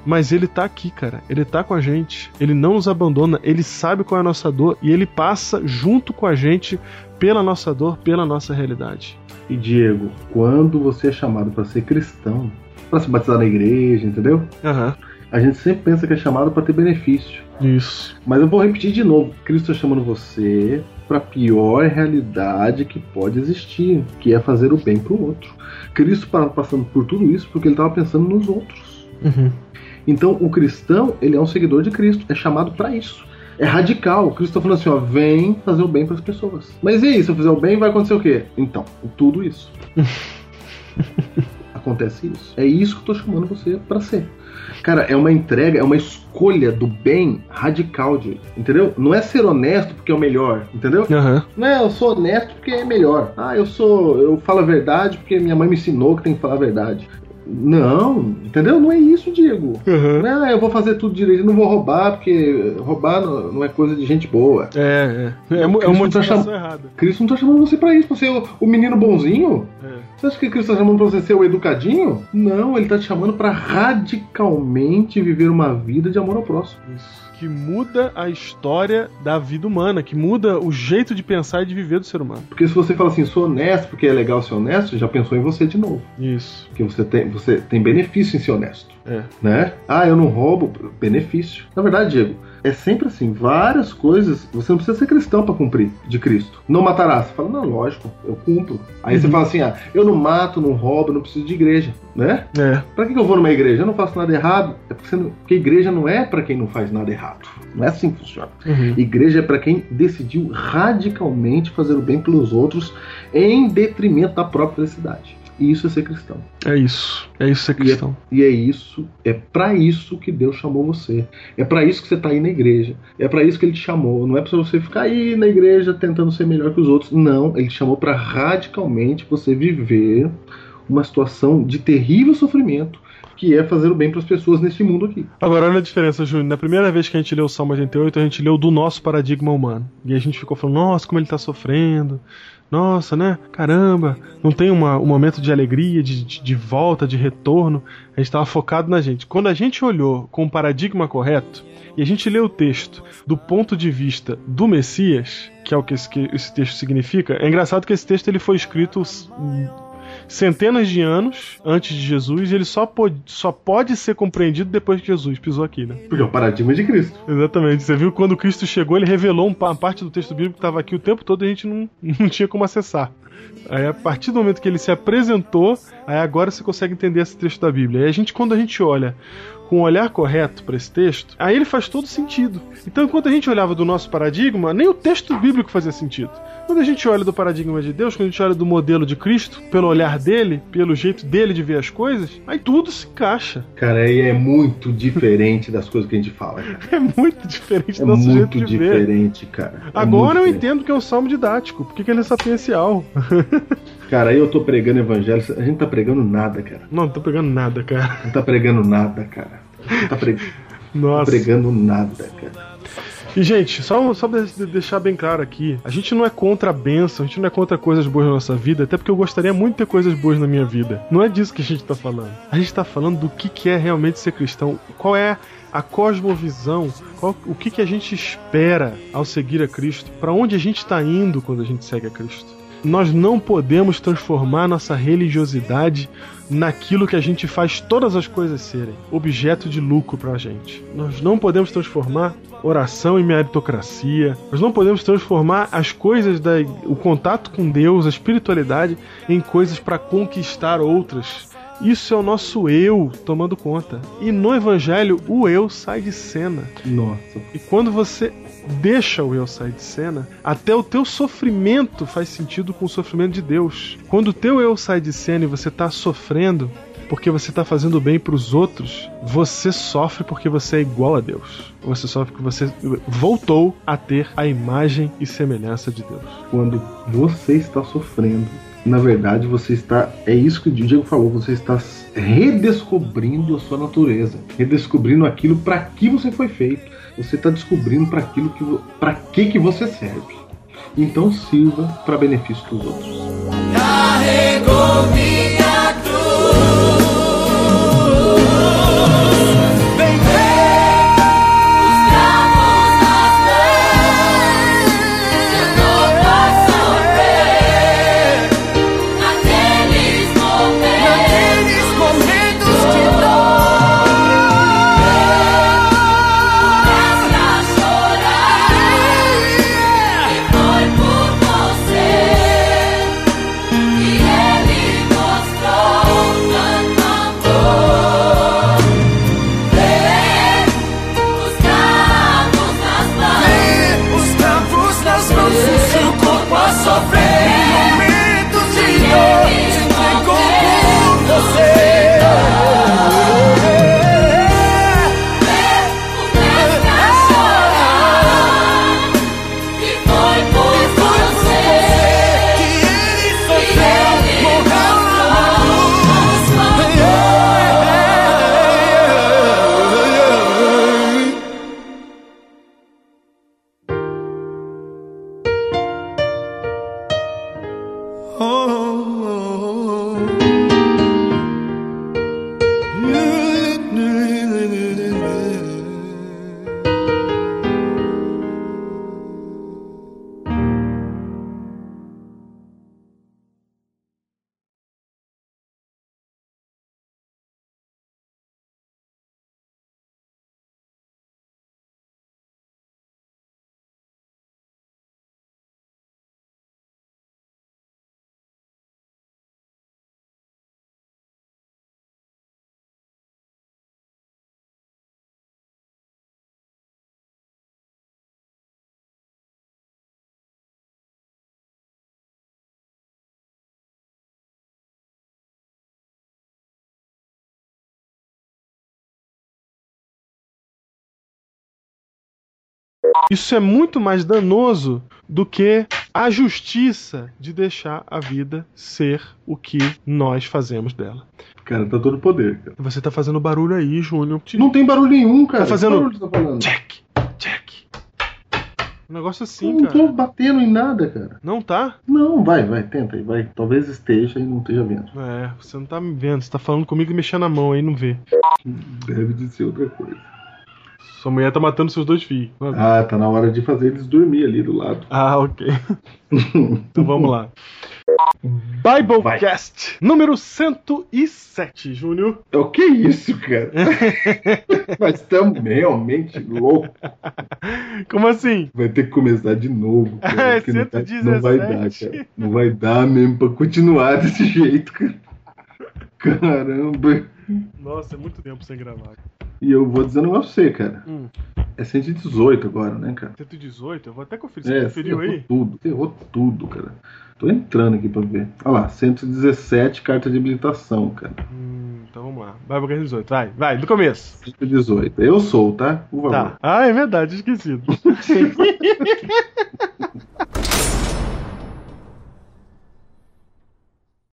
S2: Mas ele tá aqui, cara. Ele tá com a gente. Ele não nos abandona. Ele sabe qual é a nossa dor e ele passa junto com a gente pela nossa dor, pela nossa realidade.
S3: E Diego, quando você é chamado para ser cristão, para se batizar na igreja, entendeu?
S2: Aham.
S3: A gente sempre pensa que é chamado para ter benefício.
S2: Isso.
S3: Mas eu vou repetir de novo. Cristo está chamando você para a pior realidade que pode existir, que é fazer o bem pro outro. Cristo estava passando por tudo isso porque ele estava pensando nos outros.
S2: Uhum.
S3: Então, o cristão, ele é um seguidor de Cristo, é chamado para isso. É radical. Cristo está falando assim, ó, vem fazer o bem para as pessoas. Mas e aí, se eu fizer o bem, vai acontecer o quê? Então, tudo isso. Acontece isso. É isso que eu tô chamando você para ser. Cara, é uma entrega, é uma escolha do bem radical, Diego. Entendeu? Não é ser honesto porque é o melhor, entendeu?
S2: Aham.
S3: Não é, eu sou honesto porque é melhor. Ah, eu sou. Eu falo a verdade porque minha mãe me ensinou que tem que falar a verdade. Não, entendeu? Não é isso, Diego.
S2: Aham.
S3: Não, Né, é, eu vou fazer tudo direito, eu não vou roubar, porque roubar não não é coisa de gente boa.
S2: É, é. É, mo- é
S3: Cristo
S2: uma
S3: tá
S2: motivação
S3: cham-
S2: errada.
S3: Cristo não tá chamando você pra isso, pra ser o, o menino bonzinho?
S2: É.
S3: Você acha que Cristo tá chamando pra você ser o educadinho? Não, ele tá te chamando pra radicalmente viver uma vida de amor ao próximo.
S2: Isso. Que muda a história da vida humana, que muda o jeito de pensar e de viver do ser humano.
S3: Porque se você fala assim, sou honesto porque é legal ser honesto, já pensou em você de novo.
S2: Isso.
S3: Porque você tem, você tem benefício em ser honesto.
S2: É.
S3: né? Ah, eu não roubo, benefício. Na verdade, Diego, é sempre assim, várias coisas, você não precisa ser cristão para cumprir de Cristo. Não matarás. Você fala, não, lógico, eu cumpro. Aí você fala assim, ah, eu não mato, não roubo, não preciso de igreja, né?
S2: É.
S3: Pra que que eu vou numa igreja? Eu não faço nada errado. É porque, você não- porque igreja não é para quem não faz nada errado. Não é assim que funciona.
S2: Uhum.
S3: Igreja é para quem decidiu radicalmente fazer o bem pelos outros em detrimento da própria felicidade. E isso é ser cristão.
S2: É isso. É isso ser
S3: é-
S2: cristão.
S3: E é isso, é pra isso que Deus chamou você. É pra isso que você tá aí na igreja. É pra isso que ele te chamou. Não é pra você ficar aí na igreja tentando ser melhor que os outros. Não, ele te chamou pra radicalmente você viver uma situação de terrível sofrimento que é fazer o bem para as pessoas neste mundo aqui.
S2: Agora, olha a diferença, Júnior. Na primeira vez que a gente leu o Salmo 88, a gente leu do nosso paradigma humano. E a gente ficou falando, nossa, como ele tá sofrendo. Nossa, né? Caramba, não tem uma- um momento de alegria, de, de, de volta, de retorno. A gente estava focado na gente. Quando a gente olhou com o paradigma correto, e a gente lê o texto do ponto de vista do Messias, que é o que esse, que esse texto significa, é engraçado que esse texto ele foi escrito hum, centenas de anos antes de Jesus e ele só pode, só pode ser compreendido depois que Jesus pisou aqui, né?
S3: Porque é o paradigma de Cristo.
S2: Exatamente. Você viu quando Cristo chegou, ele revelou um pa- uma parte do texto bíblico que estava aqui o tempo todo e a gente não, não tinha como acessar. Aí, a partir do momento que ele se apresentou, aí agora você consegue entender esse texto da Bíblia. E a gente, quando a gente olha com o olhar correto para esse texto, aí ele faz todo sentido. Então, enquanto a gente olhava do nosso paradigma, nem o texto bíblico fazia sentido. Quando a gente olha do paradigma de Deus, quando a gente olha do modelo de Cristo, pelo olhar dele, pelo jeito dele de ver as coisas, aí tudo se encaixa.
S3: Cara, e é muito diferente das coisas que a gente fala, cara.
S2: É muito diferente
S3: É
S2: do nosso jeito
S3: muito
S2: de ver.
S3: diferente, cara. É
S2: Agora eu
S3: muito diferente.
S2: entendo que é um salmo didático, porque que ele é sapencial.
S3: Cara, aí eu tô pregando evangelho, a gente tá pregando nada, cara.
S2: Não, não tô pegando nada, cara.
S3: Não tá pregando nada, cara. Não tá pre-
S2: Nossa.
S3: pregando nada, cara.
S2: E, gente, só, só pra de- deixar bem claro aqui: a gente não é contra a bênção, a gente não é contra coisas boas na nossa vida, até porque eu gostaria muito de ter coisas boas na minha vida. Não é disso que a gente tá falando. A gente tá falando do que, que é realmente ser cristão, qual é a cosmovisão, qual- o que, que a gente espera ao seguir a Cristo, pra onde a gente tá indo quando a gente segue a Cristo. Nós não podemos transformar nossa religiosidade naquilo que a gente faz todas as coisas serem objeto de lucro pra gente. Nós não podemos transformar oração em meritocracia. Nós não podemos transformar as coisas da o contato com Deus, a espiritualidade em coisas pra conquistar outras. Isso é o nosso eu tomando conta. E no evangelho o eu sai de cena.
S3: Nossa.
S2: E quando você deixa o eu sair de cena, até o teu sofrimento faz sentido com o sofrimento de Deus. Quando o teu eu sai de cena e você tá sofrendo porque você tá fazendo bem pros outros, você sofre porque você é igual a Deus. Você sofre porque você voltou a ter a imagem e semelhança de Deus.
S3: Quando você está sofrendo, na verdade você está. É isso que o Diego falou, você está redescobrindo a sua natureza, redescobrindo aquilo para que você foi feito. Você está descobrindo para aquilo que para que que você serve. Então sirva para benefício dos outros.
S4: Carregou minha cruz. Vem ver os cravos nas mãos. Senhor, faça ver naqueles momentos, momentos de dor. Basta chorar. Que foi por você. E ele mostrou tanto amor. Vê os cravos nas mãos. Vê os cravos nas mãos. O seu corpo a sofrer. Momentos de dor. Te entregou por você. Vê o mestre a chorar. Que foi por você.
S2: Isso é muito mais danoso do que a justiça de deixar a vida ser o que nós fazemos dela.
S3: Cara, tá todo poder, cara.
S2: Você tá fazendo barulho aí, Júnior. Te-
S3: Não tem barulho nenhum, cara.
S2: Tá fazendo-
S3: Que barulho você tá falando?
S2: Check, check. Um negócio
S3: Eu
S2: assim,
S3: não tô
S2: cara.
S3: batendo em nada, cara.
S2: Não tá?
S3: Não, vai, vai, tenta aí, vai. Talvez esteja e não esteja vendo.
S2: É, você não tá me vendo. Você tá falando comigo e mexendo a mão aí, não vê.
S3: Deve de ser outra coisa.
S2: Sua mulher tá matando seus dois filhos.
S3: Ah, tá na hora de fazer eles dormir ali do lado.
S2: Ah, ok. então vamos lá. Biblecast número 107, Júnior.
S3: É o que é isso, cara? Mas estamos realmente louco.
S2: Como assim?
S3: Vai ter que começar de novo. Cara,
S2: É,
S3: porque não, vai, não vai dar,
S2: 117.
S3: cara. Não vai dar mesmo pra continuar desse jeito, cara. Caramba.
S2: Nossa, é muito tempo sem gravar.
S3: E eu vou dizendo pra você, cara.
S2: Hum.
S3: É 118 agora, né, cara?
S2: 118, eu vou até conferir. Você
S3: É,
S2: conferiu
S3: ferrou
S2: aí?
S3: tudo, ferrou tudo, cara. Tô entrando aqui pra ver. Olha lá, 117 carta de habilitação, cara.
S2: Hum, então vamos lá. Biblecast 18, vai, vai, do começo.
S3: 118. Eu sou, tá? Por favor.
S2: Tá. Ah, é verdade, esquecido.